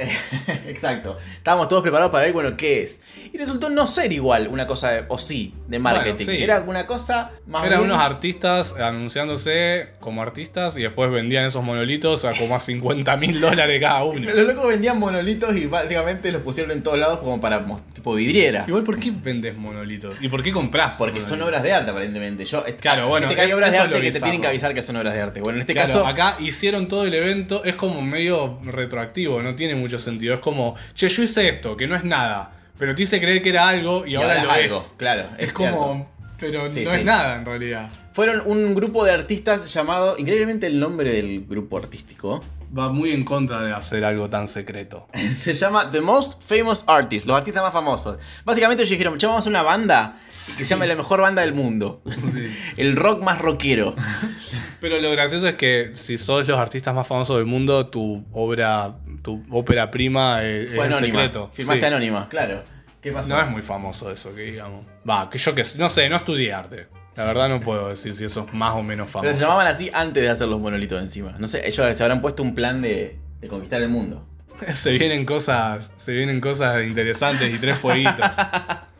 E: Exacto. Estábamos todos preparados para ver, bueno, qué es. Y resultó no ser igual una cosa, de- o sí, de marketing.
C: Bueno, sí.
E: Era una cosa más...
C: Eran
E: bien-
C: unos artistas anunciándose como artistas y después vendían esos monolitos a como a 50 mil *laughs* dólares cada uno.
E: Los locos vendían monolitos y básicamente los pusieron en todos lados como para mos- tipo vidriera.
C: Igual, ¿por qué vendes monolitos? ¿Y por qué compras?
E: Porque son obras de arte, aparentemente. Yo,
C: Claro,
E: ah,
C: bueno,
E: viste que hay
C: es-
E: obras de
C: eso es
E: arte
C: lo
E: que te
C: bizarro.
E: tienen que avisar que son obras de arte. Bueno, en este
C: Claro,
E: caso,
C: acá hicieron todo el evento, es como medio retroactivo, no tiene mucho sentido. Es como, che, yo hice esto, que no es nada, pero te hice creer que era algo y,
E: y
C: ahora,
E: es
C: lo
E: algo.
C: es.
E: Claro,
C: Es,
E: es, cierto.
C: como, pero
E: Sí,
C: no
E: sí.
C: es nada en realidad.
E: Fueron un grupo de artistas llamado, increíblemente el nombre del grupo artístico, *laughs*
C: Va muy en contra de hacer algo tan secreto.
E: se llama The Most Famous Artists, los artistas más famosos. Básicamente ellos dijeron, "Che, vamos a una banda que se llame la mejor banda del mundo. *laughs* El rock más rockero.
C: Pero lo gracioso es que si sos los artistas más famosos del mundo, tu obra, tu ópera prima es, es
E: Fue
C: en
E: anónima.
C: secreto.
E: Firmaste
C: Sí.
E: anónima, claro. ¿Qué pasó?
C: No es muy famoso eso, que digamos. Va, que yo que sé, no sé, no estudié arte. La verdad no puedo decir si eso es más o menos famoso.
E: Pero se llamaban así antes de hacer los monolitos encima. No sé, ellos se habrán puesto un plan de, de conquistar el mundo.
C: *laughs* Se vienen cosas, se vienen cosas interesantes y tres
E: *laughs*
C: fueguitos.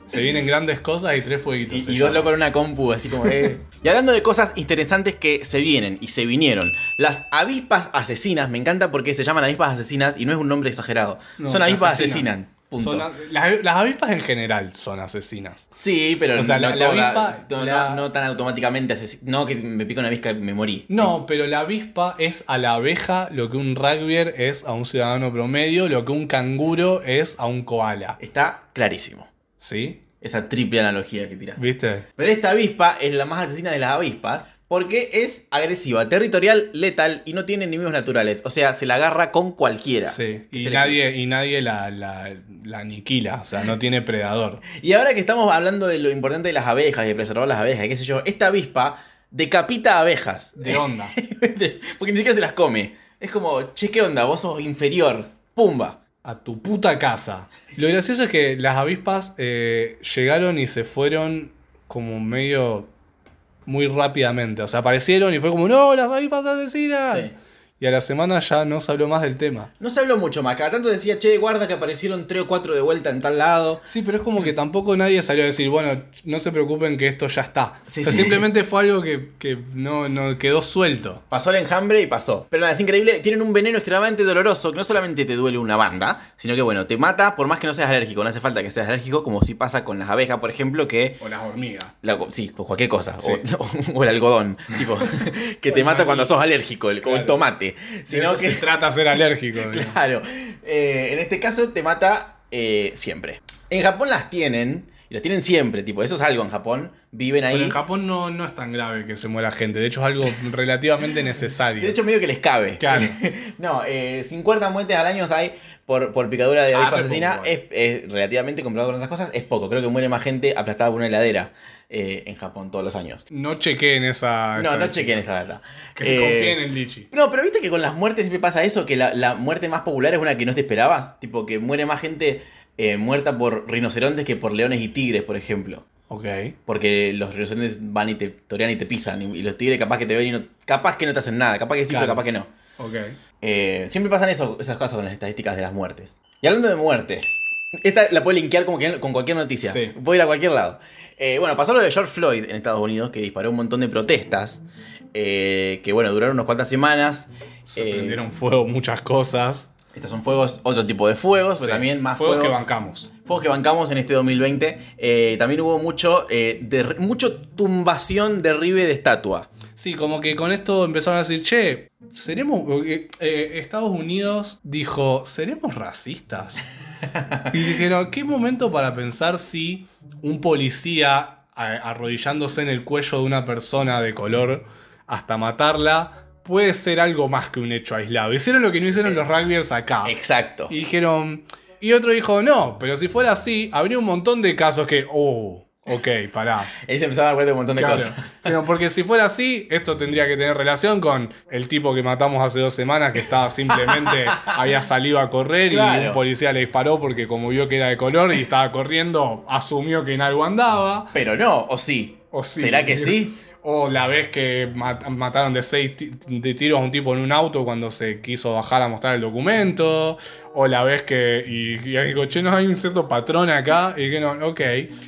C: se vienen grandes cosas y tres fueguitos. se
E: Y, y dos
C: llama.
E: locos en una compu, así como. eh. Y hablando de cosas interesantes que se vienen y se vinieron. Las avispas asesinas, me encanta porque se llaman avispas asesinas y no es un nombre exagerado.
C: No,
E: son avispas
C: asesinan.
E: asesinan. Punto.
C: Son a- las, las avispas en general son asesinas.
E: Sí, pero
C: O sea,
E: no,
C: la- la
E: toda-
C: avispa-
E: no- no-
C: la-
E: no tan automáticamente asesina. No que me pica una avisca y me morí.
C: No, pero la avispa es a la abeja lo que un rugbyer es a un ciudadano promedio, lo que un canguro es a un koala.
E: Está clarísimo.
C: ¿Sí?
E: Esa triple analogía que tiraste.
C: ¿Viste?
E: Pero esta avispa es la más asesina de las avispas. Porque es agresiva, territorial, letal y no tiene enemigos naturales. O sea, se la agarra con cualquiera.
C: Sí,
E: Que
C: y
E: se le
C: nadie, y nadie la, la- la aniquila, o sea, no tiene predador.
E: Y ahora que estamos hablando de lo importante de las abejas, de preservar las abejas, qué sé yo, esta avispa decapita abejas.
C: De onda.
E: *laughs* Porque ni siquiera se las come. Es como, che, ¿qué onda? Vos sos inferior. Pumba.
C: A tu puta casa. Lo gracioso es que las avispas eh, llegaron y se fueron como medio muy rápidamente. O sea, aparecieron y fue como, no, las avispas asesinas.
E: Sí.
C: Y a la semana ya no se habló más del tema.
E: No se habló mucho más. Cada tanto decía, che, guarda que aparecieron tres o cuatro de vuelta en tal lado.
C: Sí, pero es como que tampoco nadie salió a decir, bueno, no se preocupen que esto ya está.
E: Sí,
C: o sea,
E: sí.
C: simplemente fue algo que, que no, no quedó suelto.
E: Pasó el enjambre y pasó. Pero nada, es increíble. Tienen un veneno extremadamente doloroso que no solamente te duele una banda, sino que, bueno, te mata por más que no seas alérgico. No hace falta que seas alérgico, como si pasa con las abejas, por ejemplo, que.
C: O las hormigas.
E: la- sí, o cualquier cosa. o- *laughs*
C: Sí.
E: O, el algodón. tipo, *laughs* que te
C: Bueno,
E: mata cuando
C: y-
E: sos alérgico, el- como el
C: Claro.
E: tomate.
C: Si
E: Sino
C: se
E: que. *laughs*
C: trata de ser alérgico. digamos.
E: Claro. Eh, en este caso te mata eh, siempre. En Japón las tienen. Y las tienen siempre, tipo, eso es algo en Japón. Viven ahí.
C: Pero en Japón no, no es tan grave que se muera gente. De hecho, es algo relativamente necesario.
E: De hecho, medio que les cabe.
C: Claro.
E: *laughs* no, eh, 50 muertes al año hay por, por picadura de
C: Ah,
E: avispa
C: re
E: asesina.
C: poco,
E: Es,
C: igual.
E: es relativamente comparado con otras cosas, es poco. Creo que muere más gente aplastada por una heladera eh, en Japón todos los años.
C: no chequeen esa.
E: No, no chequen esa data.
C: Que
E: Eh,
C: confíen en Lichi.
E: No, pero viste que con las muertes siempre pasa eso, que la, la muerte más popular es una que no te esperabas. Tipo, que muere más gente eh, muerta por rinocerontes que por leones y tigres, por ejemplo.
C: Ok.
E: Porque los rinocerontes van y te torean y te pisan. Y, y los tigres capaz que te ven y no. Capaz que no te hacen nada. Capaz que sí, pero
C: Claro.
E: capaz que no.
C: Ok.
E: Eh, siempre pasan eso- esas cosas con las estadísticas de las muertes. Y hablando de muerte, esta la puede linkear como que- con cualquier noticia.
C: Sí.
E: Puede ir a cualquier lado. Eh, bueno, pasó lo de George Floyd en Estados Unidos, que disparó un montón de protestas. eh, que bueno, duraron unas cuantas semanas.
C: Se
E: Eh,
C: prendieron fuego muchas cosas.
E: Estos son fuegos, otro tipo de fuegos, pero
C: Sí.
E: también más
C: fuegos
E: fuego-
C: que bancamos.
E: Fuegos que bancamos en este 2020. Eh, también hubo mucho, eh, derri- mucho tumbación, derribe de estatua.
C: Sí, como que con esto empezaron a decir, che, seremos. eh, eh, Estados Unidos dijo, ¿seremos racistas? y dijeron, ¿qué momento para pensar si un policía a- arrodillándose en el cuello de una persona de color hasta matarla puede ser algo más que un hecho aislado? Hicieron lo que no hicieron los rugbyers acá.
E: Exacto.
C: Ah. Y dijeron. Y otro dijo, no, pero si fuera así, habría un montón de casos que. Oh, ok, pará.
E: Ahí se empezaron a dar cuenta de un montón de
C: Claro.
E: cosas.
C: *laughs* Pero porque si fuera así, esto tendría que tener relación con el tipo que matamos hace dos semanas que estaba
E: *laughs*
C: simplemente había salido a correr y
E: Claro.
C: un policía le disparó porque como vio que era de color y estaba corriendo, asumió que en algo andaba.
E: Pero no, o sí.
C: O sí.
E: ¿Será que sí?
C: O la vez que mat- mataron de seis ti- de tiros a un tipo en un auto cuando se quiso bajar a mostrar el documento. O la vez que. Y, y ahí dijo, che, no hay un cierto patrón acá. Y que no, ok.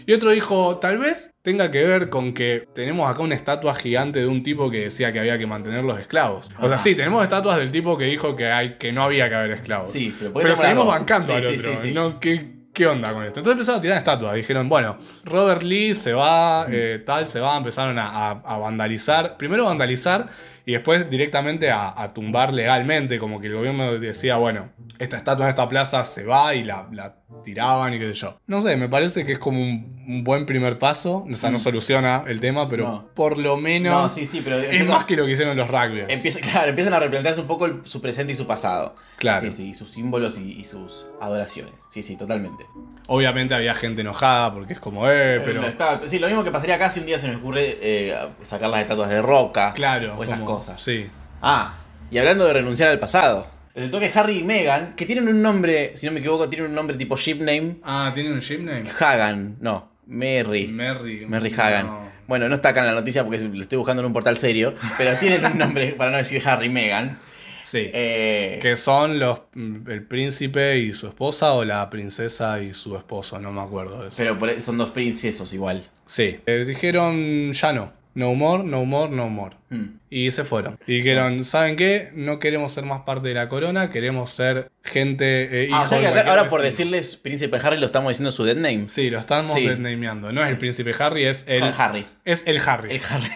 C: Y otro dijo, tal vez tenga que ver con que tenemos acá una estatua gigante de un tipo que decía que había que mantener los esclavos. O sea,
E: Ajá.
C: sí, tenemos estatuas del tipo que dijo que, hay, que no había que haber esclavos.
E: Sí, pero, ¿por qué
C: Pero
E: tenemos
C: seguimos
E: las dos?
C: bancando
E: Sí,
C: al
E: sí,
C: otro. ¿eh?
E: sí, sí.
C: ¿no? ¿Qué, qué onda con esto? Entonces empezaron a tirar estatuas. Dijeron, bueno, Robert Lee se va, eh, tal, se va. Empezaron a, a- a vandalizar. Primero vandalizar y después directamente a, a tumbar legalmente. Como que el gobierno decía, bueno, esta estatua en esta plaza se va y la, la tiraban y qué sé yo. No sé, me parece que es como un, un buen primer paso. O sea, no
E: Mm.
C: soluciona el tema, pero
E: No.
C: por lo
E: No,
C: menos
E: sí, sí, pero
C: es
E: empieza-
C: más que lo que hicieron los rugbyers.
E: empieza- claro, empiezan a replantearse un poco el- su presente y su pasado.
C: Claro.
E: Sí, sí, sus símbolos y, y sus adoraciones. Sí, sí, totalmente.
C: Obviamente había gente enojada porque es como, eh, pero...
E: La estatua- sí, lo mismo que pasaría acá si un día se nos ocurre eh, sacar las estatuas de roca
C: Claro.
E: o esas
C: como-
E: cosas.
C: Sí.
E: Ah, y hablando de renunciar al pasado. Resultó que Harry y Meghan, que tienen un nombre, si no me equivoco, tienen un nombre tipo ship name.
C: Ah, ¿tiene un ship name?
E: Hagan, no, Merry.
C: Merry.
E: Merry Hagan. Bueno, no está acá en la noticia porque lo estoy buscando en un portal serio, pero tienen un nombre para no decir Harry y Meghan.
C: Sí.
E: Eh,
C: que son los mm, el príncipe y su esposa o la princesa y su esposo, no me acuerdo de eso.
E: pero por- e, son dos princesos igual.
C: sí. Eh, dijeron ya no. No more, no more, no more.
E: Hmm.
C: Y se fueron. Y dijeron, ¿saben qué? No queremos ser más parte de la corona, queremos ser gente. eh,
E: Ah, o
C: hijo
E: sea
C: de
E: que acá-
C: cualquier
E: ahora por
C: vecino".
E: decirles príncipe Harry lo estamos diciendo su dead name.
C: Sí, lo estamos
E: Sí.
C: desnameando. No es el príncipe Harry, es el.
E: Harry.
C: Es el Harry.
E: El Harry.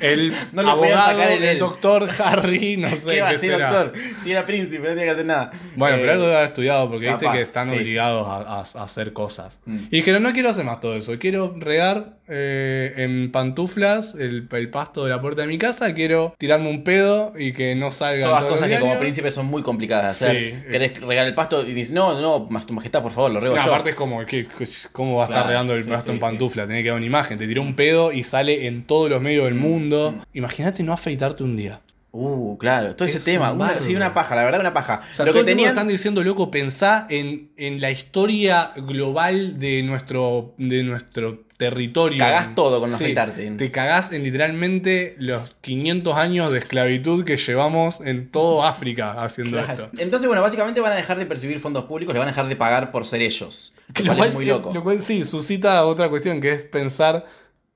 C: El
E: *laughs* No lo podían
C: abogado,
E: sacar en
C: el,
E: él.
C: doctor Harry, *laughs*
E: *laughs*
C: no sé.
E: ¿Qué va a ser,
C: será.
E: doctor? Si era príncipe, no tiene que hacer nada.
C: Bueno, pero
E: Eh,
C: algo debe haber estudiado porque viste
E: capaz,
C: que están
E: sí.
C: obligados a, a- a hacer cosas.
E: Mm.
C: Y dijeron, no quiero hacer más todo eso. Quiero regar eh, en pantuflas el, el pasto de la puerta de mi casa. Quiero tirarme un pedo y que no salga en
E: Todas
C: todos los
E: cosas que como
C: diarios".
E: príncipe son muy complicadas de hacer.
C: Sí.
E: Querés regar el pasto y dices, no, no, mas- tu majestad, por favor, lo rego
C: No,
E: yo.
C: aparte es como, ¿qué- ¿cómo va a estar
E: Claro,
C: regando el
E: sí,
C: pasto
E: sí,
C: en
E: sí.
C: pantufla? Tiene que haber una imagen. Te tiró un pedo y sale en todos los medios del
E: Mm,
C: mundo.
E: mm.
C: Imagínate no afeitarte un día.
E: Uh, claro, todo ese
C: Es
E: tema.
C: un
E: Una-
C: bárbaro.
E: sí, una paja, la verdad, una paja.
C: O sea,
E: lo
C: todo
E: que
C: el tiempo
E: tenían.
C: están diciendo, loco, pensá en, en la historia global de nuestro, de nuestro territorio.
E: Cagás todo con no
C: Sí,
E: afeitarte.
C: Te cagás en literalmente los 500 años de esclavitud que llevamos en todo África haciendo
E: Claro.
C: esto.
E: Entonces, bueno, básicamente van a dejar de percibir fondos públicos, le van a dejar de pagar por ser ellos. Lo cual es muy loco.
C: Lo cual sí, suscita otra cuestión que es pensar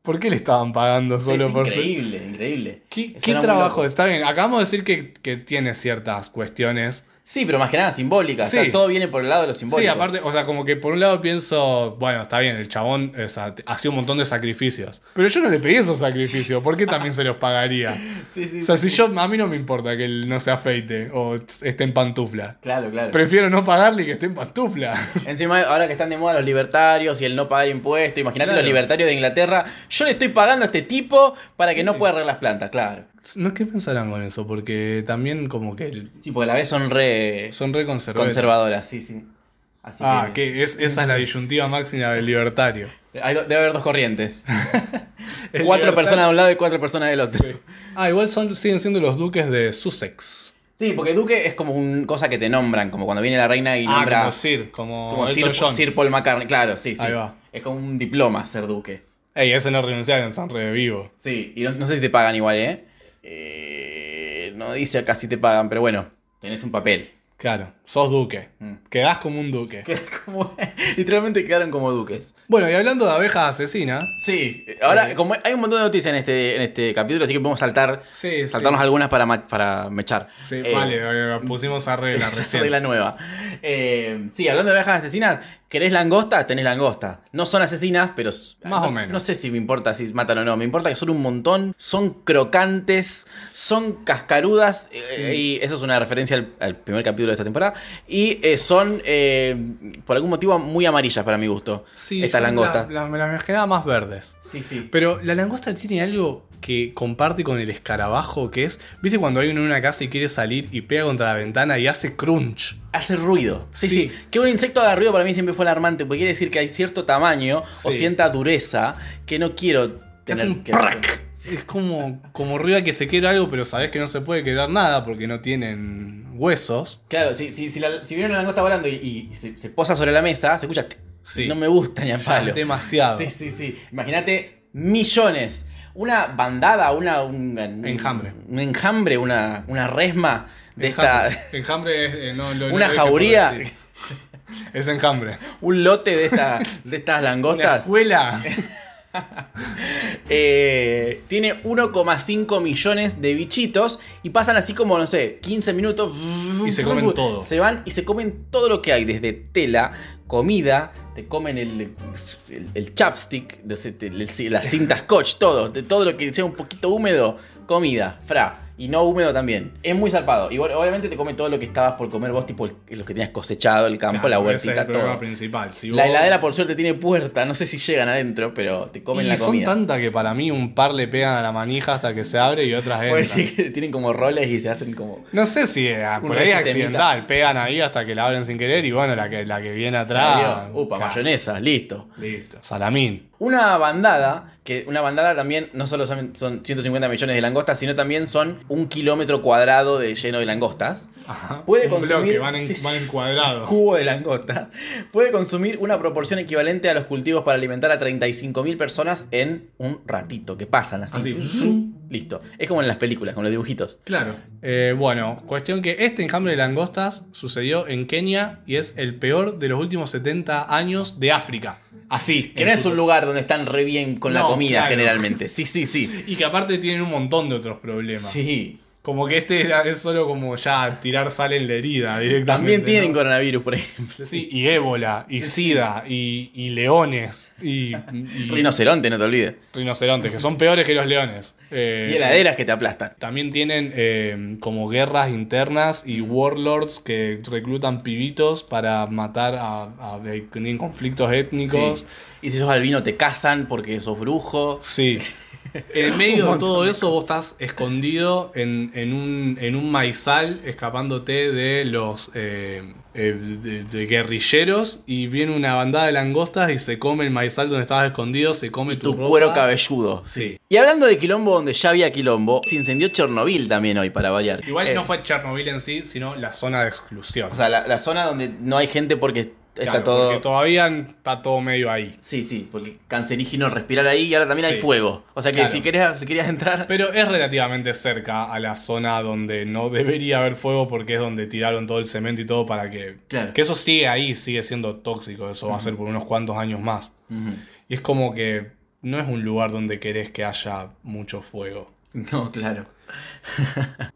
C: por qué le estaban pagando
E: Sí,
C: solo
E: es
C: por ser-
E: increíble, increíble.
C: ¿Qué,
E: Suena
C: qué
E: muy
C: trabajo?
E: loco.
C: Está bien, acabamos de decir que, que tiene ciertas cuestiones.
E: Sí, pero más que nada simbólica.
C: Sí.
E: o sea, todo viene por el lado de lo simbólico.
C: Sí, aparte, o sea, como que por un lado pienso, bueno, está bien, el chabón o sea, te- hacía un montón de sacrificios. Pero yo no le pedí esos sacrificios, ¿por qué también se los pagaría?
E: Sí, *laughs* sí,
C: O sea,
E: sí.
C: si yo, a mí no me importa que él no se afeite o esté en pantufla.
E: Claro, claro.
C: Prefiero no pagarle y que esté en pantufla.
E: Encima, ahora que están de moda los libertarios y el no pagar impuestos, imagínate
C: Claro.
E: los libertarios de Inglaterra. Yo le estoy pagando a este tipo para
C: Sí.
E: que no pueda arreglar las plantas, claro.
C: No es que pensarán con eso, porque también como que
E: Sí, porque a la vez son re
C: son re conservadores.
E: conservadoras, sí, sí. Así
C: Ah, que es, esa es la disyuntiva máxima del libertario.
E: Hay do- debe haber
C: *laughs*
E: dos corrientes.
C: El
E: cuatro
C: libertario-
E: personas de un lado y cuatro personas del otro. Sí,
C: Ah, igual son, siguen siendo los duques de Sussex.
E: porque Duque es como una cosa que te nombran, como cuando viene la reina y
C: ah,
E: nombra
C: como Sir, como,
E: como
C: Elton
E: Sir,
C: John.
E: Sir Paul McCartney. Claro, sí, sí.
C: Ahí va.
E: Es como un diploma ser Duque.
C: Ey, ese no renunciaron, son re vivos.
E: Sí, y no, no sé si te pagan igual, ¿eh? Eh, No dice acá si te pagan, pero bueno, tenés un papel.
C: Claro, sos duque.
E: *laughs* Mm.
C: Quedás como un duque.
E: Que como- literalmente quedaron como duques.
C: Bueno, y hablando de abejas asesinas.
E: Sí, ahora
C: Eh.
E: como hay un montón de noticias en este, en este capítulo, así que podemos saltar,
C: Sí,
E: saltarnos algunas para, ma- para mechar.
C: sí.
E: Eh,
C: vale, eh, pusimos a regla
E: *laughs* esa es
C: recién.
E: regla nueva. Eh, sí, hablando de abejas asesinas, ¿querés langosta? Tenés langosta. No son asesinas, pero. s-
C: Más
E: no
C: o
E: s-
C: menos.
E: No sé si me importa si matan o no. Me importa que son un montón, son crocantes, son cascarudas. eh,
C: Sí.
E: y eso es una referencia al, al primer capítulo de esta temporada. Y eh, son, eh, por algún motivo, muy amarillas para mi gusto.
C: Sí,
E: Esta
C: yo
E: langosta.
C: la- la- me las imaginaba más verdes.
E: Sí, sí.
C: Pero la langosta tiene algo que comparte con el escarabajo, que es, ¿viste cuando hay uno en una casa y quiere salir y pega contra la ventana y hace crunch?
E: Hace ruido. Sí,
C: Sí.
E: sí, Que un insecto haga ruido para mí siempre fue alarmante, porque quiere decir que hay cierto tamaño o
C: Sí.
E: cierta dureza que no quiero
C: Hace
E: tener
C: un
E: que.
C: prac. Sí, es como, como arriba que se quiebra algo, pero sabés que no se puede quebrar nada porque no tienen huesos.
E: Claro, si, si, si, la- si viene una langosta volando y, y- y se, se posa sobre la mesa, se escucha. "Tic".
C: Sí.
E: No me gusta ni a
C: Ya,
E: palo.
C: Demasiado.
E: Sí, sí, sí. Imagínate millones. Una bandada, una. Un, un-
C: Enjambre.
E: Un enjambre, una, una resma de
C: enjambre.
E: esta.
C: Enjambre es. eh, no, lo-
E: Una
C: lo dije
E: jauría.
C: por decir. Es enjambre.
E: *laughs* Un lote de, esta, de
C: *laughs*
E: estas
C: Una
E: langostas.
C: escuela.
E: eh, tiene 1,5 millones de bichitos y pasan así como, no sé, 15 minutos.
C: Y se comen todo.
E: Se van y se comen todo lo que hay, desde tela, comida, te comen el, el, el chapstick, no sé, te- el-
C: *laughs*
E: la cinta scotch, todo. de todo lo que sea un poquito húmedo, comida, fra. Y no húmedo también. Es muy zarpado. Y bueno, obviamente te come todo lo que estabas por comer vos, tipo el- lo que tenías cosechado, el campo, la
C: Claro, ese es
E: huertita,
C: el problema
E: todo.
C: principal. Si
E: La
C: vos-
E: heladera, por suerte, tiene puerta. No sé si llegan adentro, pero te comen
C: y
E: la comida.
C: son tantas que para mí un par le pegan a la manija hasta que se abre y otras
E: Puede
C: entran.
E: decir que tienen como roles y se hacen como.
C: No sé si eh, por ahí es
E: resistemita.
C: accidental. Pegan ahí hasta que la abren sin querer y bueno, la que, la que viene atrás.
E: Salió. Upa,
C: ca-
E: mayonesa, listo.
C: Listo. Salamín.
E: Una bandada, que una bandada también no solo son, son 150 millones de langostas, sino también son un kilómetro cuadrado de lleno de langostas.
C: Ajá.
E: Puede
C: un bloque,
E: consumir-
C: van, en,
E: sí, sí.
C: van encuadrados.
E: Cubo de langosta. *laughs* Puede consumir una proporción equivalente a los cultivos para alimentar a 35.000 personas en un ratito, que pasan así.
C: Así.
E: *laughs* Listo. Es como en las películas, con los dibujitos.
C: Claro. Eh, bueno, cuestión que este enjambre de langostas sucedió en Kenia y es el peor de los últimos 70 años de África. Así.
E: Que
C: en
E: no es
C: su-
E: un lugar donde están re bien con la
C: No,
E: comida
C: claro. *laughs*
E: generalmente. Sí, sí, sí.
C: Y que aparte tienen un montón de otros problemas.
E: Sí.
C: Como que este era, es solo como ya tirar sal en la herida directamente.
E: También tienen
C: ¿no?
E: coronavirus, por ejemplo.
C: Sí, y ébola, y sida, y, y leones, y, *laughs* y-
E: Rinoceronte, no te olvides.
C: rinocerontes, que son peores que los leones. Eh,
E: Y heladeras que te aplastan.
C: También tienen eh, como guerras internas y warlords que reclutan pibitos para matar a, a- que tienen conflictos étnicos.
E: Y si sos albino te cazan porque sos brujo.
C: Sí. *laughs* En medio de todo eso vos estás escondido en, en un, en un maizal escapándote de los eh, eh, de- de guerrilleros y viene una bandada de langostas y se come el maizal donde estabas escondido, se come tu,
E: Tu
C: ropa.
E: cuero cabelludo.
C: Sí.
E: Y hablando de quilombo donde ya había quilombo, se incendió Chernobyl también hoy para variar.
C: Igual
E: Eh,
C: no fue Chernobyl en sí, sino la zona de exclusión.
E: O sea, la, la zona donde no hay gente porque está
C: Claro,
E: todo.
C: porque todavía está todo medio ahí.
E: Sí, sí, porque cancerígeno respirar ahí y ahora también hay
C: Sí.
E: fuego. O sea que
C: Claro.
E: si querías, si querías entrar.
C: Pero es relativamente cerca a la zona donde no debería haber fuego porque es donde tiraron todo el cemento y todo para que...
E: Claro.
C: Que eso sigue ahí, sigue siendo tóxico, eso va a ser por unos cuantos años más.
E: Ujú.
C: Y es como que no es un lugar donde querés que haya mucho fuego.
E: No, claro.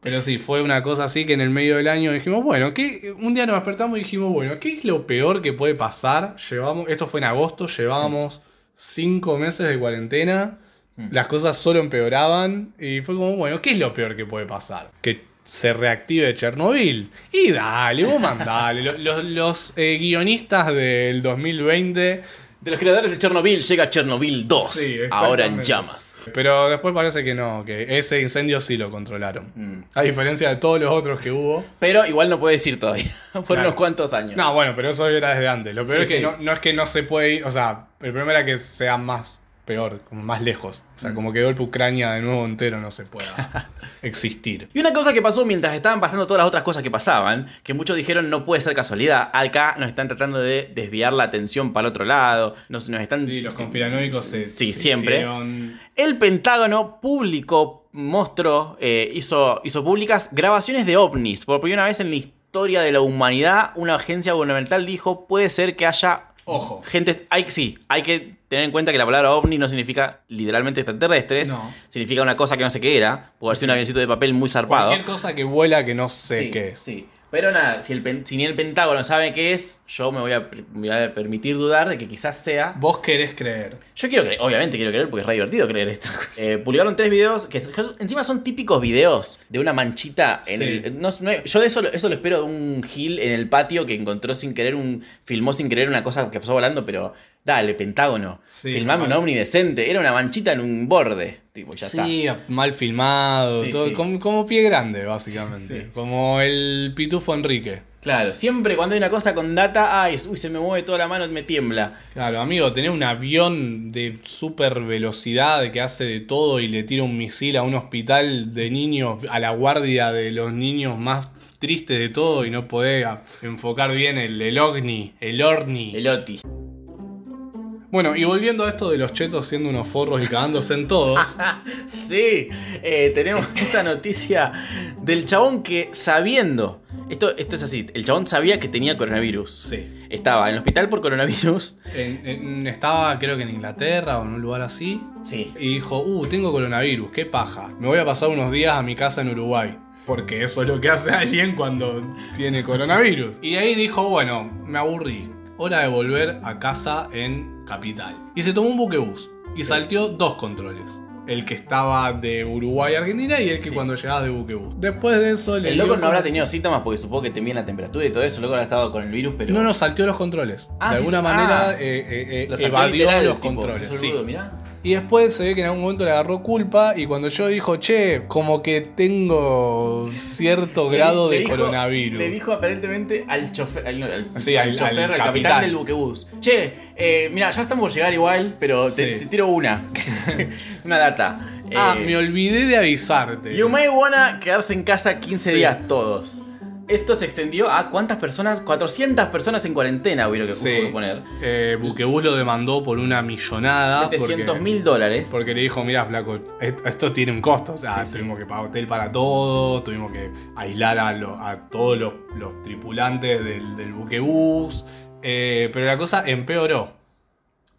C: Pero sí, fue una cosa así que en el medio del año dijimos, bueno, ¿qué? un día nos despertamos y dijimos, bueno, ¿qué es lo peor que puede pasar? Llevamos, esto fue en agosto, llevábamos cinco meses de cuarentena,
E: Mm.
C: las cosas solo empeoraban y fue como, bueno, ¿qué es lo peor que puede pasar? Que se reactive Chernobyl. Y dale, vos mandale. Los, los- los, eh, guionistas del 2020
E: De los creadores de Chernobyl llega Chernobyl 2.
C: Sí, exactamente.
E: ahora en llamas.
C: Pero después parece que no, que ese incendio sí lo controlaron.
E: Mm.
C: A diferencia de todos los otros que hubo.
E: Pero igual no puedes ir todavía. *laughs* Por
C: Claro.
E: unos cuantos años.
C: No, bueno, pero eso era desde antes. Lo peor
E: Sí,
C: es que
E: sí.
C: No, no es que no se puede ir, o sea, el problema era que sea más peor, como más lejos. O sea,
E: Mm.
C: como que golpe Ucrania de nuevo entero no se
E: *laughs*
C: pueda existir.
E: Y una cosa que pasó mientras estaban pasando todas las otras cosas que pasaban, que muchos dijeron no puede ser casualidad, acá nos están tratando de desviar la atención para el otro lado, nos, nos están...
C: Y los conspiranoicos se,
E: Sí,
C: se
E: siempre.
C: hicieron-
E: El Pentágono publicó, mostró, eh, hizo, hizo públicas grabaciones de ovnis. Por primera vez en la historia de la humanidad, una agencia gubernamental dijo puede ser que haya
C: Ojo.
E: gente... Hay, sí, hay que tener en cuenta que la palabra ovni no significa literalmente extraterrestres,
C: No.
E: significa una cosa que no sé qué era, puede ser un avioncito de papel muy zarpado.
C: Cualquier cosa que vuela que no sé
E: sí,
C: qué es.
E: sí. Pero nada, si, el, pen- si ni el Pentágono sabe qué es, yo me voy, a, per- me voy a permitir dudar de que quizás sea.
C: Vos querés creer.
E: Yo quiero creer, obviamente quiero creer porque es re divertido creer estas cosas. Eh, publicaron tres videos que, s- que encima son típicos videos de una manchita en
C: Sí.
E: el. no- no- yo de eso, lo- eso lo espero de un Gil en el patio que encontró sin querer un. filmó sin querer una cosa que pasó volando, pero dale, Pentágono.
C: Sí,
E: filmame un
C: mal.
E: ovni decente. Era una manchita en un borde. Tipo, ya está.
C: sí, mal filmado,
E: Sí,
C: todo,
E: sí.
C: Como, como pie grande, básicamente.
E: Sí, sí.
C: Como el pitufo Enrique.
E: Claro, siempre cuando hay una cosa con data, ay, uy, se me mueve toda la mano, me tiembla.
C: Claro, amigo, tener un avión de super velocidad que hace de todo y le tira un misil a un hospital de niños, a la guardia de los niños más tristes de todo y no podés a- enfocar bien el, el ovni, el orni.
E: El Oti.
C: Bueno, y volviendo a esto de los chetos siendo unos forros y cagándose en todos.
E: Sí, eh,
C: *laughs*
E: tenemos esta noticia del chabón que sabiendo, esto, esto es así, el chabón sabía que tenía coronavirus.
C: sí.
E: Estaba en el hospital por coronavirus.
C: En- en- estaba creo que en Inglaterra o en un lugar así.
E: Sí.
C: Y dijo, uh, tengo coronavirus, qué paja. Me voy a pasar unos días a mi casa en Uruguay. Porque eso es lo que hace *laughs* alguien cuando tiene coronavirus. Y ahí dijo, bueno, me aburrí. Hora de volver a casa en Capital. Y se tomó un buquebús. Y salteó dos controles. El que estaba de Uruguay a Argentina y el que
E: Sí.
C: cuando llegabas de buquebús. Después de eso le
E: El loco
C: dio
E: no habrá
C: como-
E: tenido síntomas porque supongo que te miden la temperatura y todo eso, el loco habrá estado con el virus, pero...
C: No, no, salteó los controles.
E: Ah,
C: de
E: sí,
C: alguna
E: sí.
C: manera
E: Ah.
C: eh, eh, eh,
E: Lo saltó
C: evadió
E: literal,
C: los
E: tipo,
C: controles.
E: sos
C: sí.
E: boludo, mirá.
C: Y después se ve que en algún momento le agarró culpa y cuando yo dijo, che, como que tengo cierto
E: Le-
C: grado
E: le
C: de
E: dijo-
C: coronavirus.
E: Le dijo aparentemente al chofer, al, no, al-
C: Sí, al-
E: al chofer,
C: al
E: al capitán,
C: capitán.
E: del buquebús. Che, eh, mira, ya estamos por llegar igual, pero te,
C: Sí.
E: te
C: *laughs*
E: tiro una. *laughs* una data.
C: ah,
E: Eh,
C: me olvidé de avisarte.
E: You may wanna quedarse en casa 15
C: Este, mm. Sí.
E: días todos. Esto se extendió a cuántas personas, 400 personas en cuarentena hubieron que
C: Sí.
E: hubo que poner.
C: Eh, Buquebus lo demandó por una millonada.
E: 700
C: Ah, porque-
E: mil dólares.
C: Porque le dijo, mira, flaco, est- esto tiene un costo. O sea, tuvimos que pagar hotel para todo, tuvimos que aislar a, lo- a todos los, los tripulantes del, del buquebús. Eh, pero la cosa empeoró.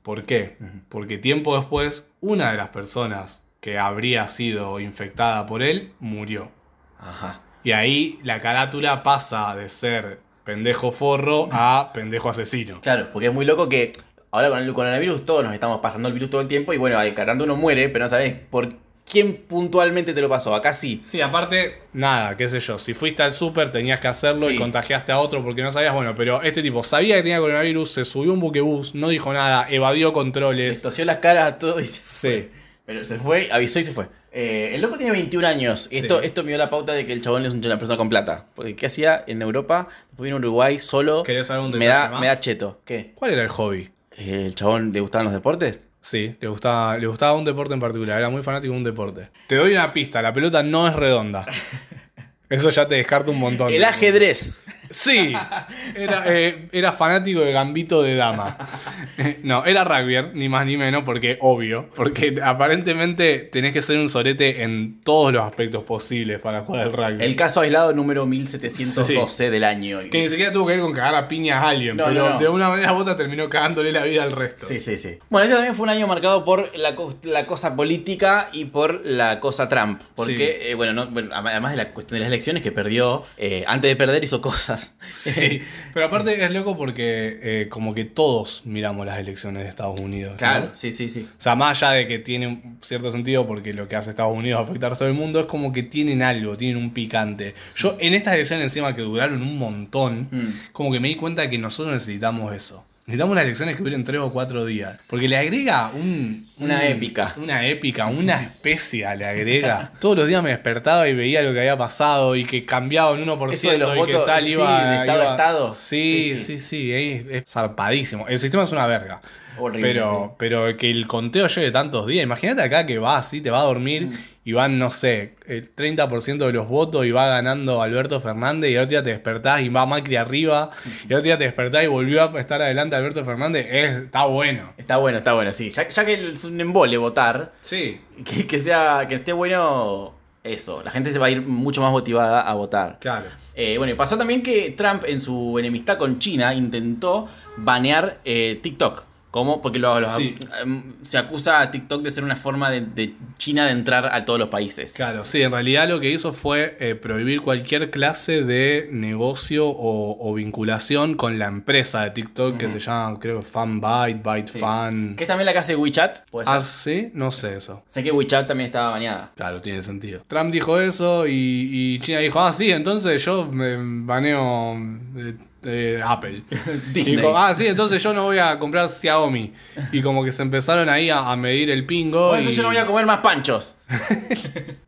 C: ¿Por qué?
E: Ujú.
C: Porque tiempo después, una de las personas que habría sido infectada por él murió.
E: Ajá.
C: Y ahí la carátula pasa de ser pendejo forro a pendejo asesino.
E: Claro, porque es muy loco que ahora con el coronavirus todos nos estamos pasando el virus todo el tiempo y bueno, al cargando uno muere, pero no sabes por quién puntualmente te lo pasó. Acá sí.
C: Sí, aparte, nada, qué sé yo. Si fuiste al súper tenías que hacerlo
E: Sí.
C: y contagiaste a otro porque no sabías. Bueno, pero este tipo sabía que tenía coronavirus, se subió a un buquebús, no dijo nada, evadió
E: Les
C: controles.
E: tosió las caras a todos y se-
C: Sí.
E: Pero se fue, avisó y se fue. Eh, el loco tiene 21 años.
C: Sí.
E: Esto, esto me dio la pauta de que el chabón es una persona con plata. Porque ¿qué hacía en Europa? Después vino a Uruguay solo.
C: ¿Querés saber un
E: Me
C: detalle
E: da,
C: más?
E: me da cheto. ¿Qué?
C: ¿Cuál era el hobby?
E: Eh, ¿El chabón le gustaban los deportes?
C: Sí, le gustaba, le gustaba un deporte en particular, era muy fanático de un deporte. Te doy una pista, la pelota no es
E: *laughs*
C: redonda. Eso ya te descarta un montón.
E: El ajedrez.
C: Sí, era, eh, era fanático de gambito de dama. Eh, No, era rugby, ni más ni menos, porque obvio. Porque aparentemente tenés que ser un sorete en todos los aspectos posibles para jugar al rugby.
E: El caso aislado número 1712 del año.
C: Que ni siquiera tuvo que ver con cagar a piñas a alguien,
E: No,
C: pero
E: no, no.
C: de una manera u otra terminó cagándole la vida al resto.
E: Sí, sí, sí. Bueno, este también fue un año marcado por la, co- la cosa política y por la cosa Trump. Porque,
C: Sí.
E: eh, bueno, no- bueno, ama- además de la cuestión de las elecciones que perdió, eh, antes de perder hizo cosas.
C: Sí, pero aparte es loco porque eh, como que todos miramos las elecciones de Estados Unidos. ¿no?
E: *laughs* Claro, sí, sí, sí.
C: O sea, más allá de que tiene un cierto sentido porque lo que hace Estados Unidos va a afectar a todo el mundo, es como que tienen algo, tienen un picante. Yo en estas elecciones encima que duraron un montón,
E: Mm.
C: como que me di cuenta de que nosotros necesitamos eso. Necesitamos unas elecciones que duren tres o cuatro días. Porque le agrega un...
E: Una
C: un-
E: épica.
C: Una épica,
E: *laughs*
C: una especia le agrega. Todos los días me despertaba y veía lo que había pasado y que cambiaba un 1%
E: Eso de los
C: y que
E: votos,
C: tal
E: sí,
C: iba...
E: de estado a
C: iba-
E: estado.
C: Sí,
E: Sí,
C: sí,
E: sí.
C: sí, es, es zarpadísimo. El sistema es una verga.
E: Horrible.
C: Pero, pero que el conteo lleve tantos días. Imagínate acá que va así, te va a dormir
E: Mm.
C: y van, no sé, el 30% de los votos y va ganando Alberto Fernández y el otro día te despertás y va Macri arriba y el otro día te despertás y volvió a estar adelante Alberto Fernández. Es- está bueno.
E: sí. Está bueno, está bueno, sí. Ya, ya que es un embole votar,
C: Sí.
E: que, que sea, que esté bueno eso. La gente se va a ir mucho más motivada a votar.
C: Claro.
E: Eh, bueno, y pasó también que Trump en su enemistad con China intentó banear eh, TikTok. ¿Cómo? Porque lo- lo-
C: Sí.
E: em, se acusa a TikTok de ser una forma de, de China de entrar a todos los países.
C: Claro, sí, en realidad lo que hizo fue eh, prohibir cualquier clase de negocio o, o vinculación con la empresa de TikTok que se
E: Ujú.
C: llama, creo que FanBite, ByteFan.
E: Que es también la que hace WeChat. Puede ser.
C: Ah, sí, no sé eso.
E: Sé que WeChat también estaba baneada.
C: Claro, tiene sentido. Trump dijo eso y, y China dijo, ah, sí, entonces yo me baneo eh, eh,
E: *laughs*
C: Apple.
E: Disney.
C: Y dijo, ah, sí, entonces yo no voy a comprar Xiaomi. Y como que se empezaron ahí a, a medir el pingo.
E: Bueno,
C: y,
E: entonces yo no voy a comer más panchos.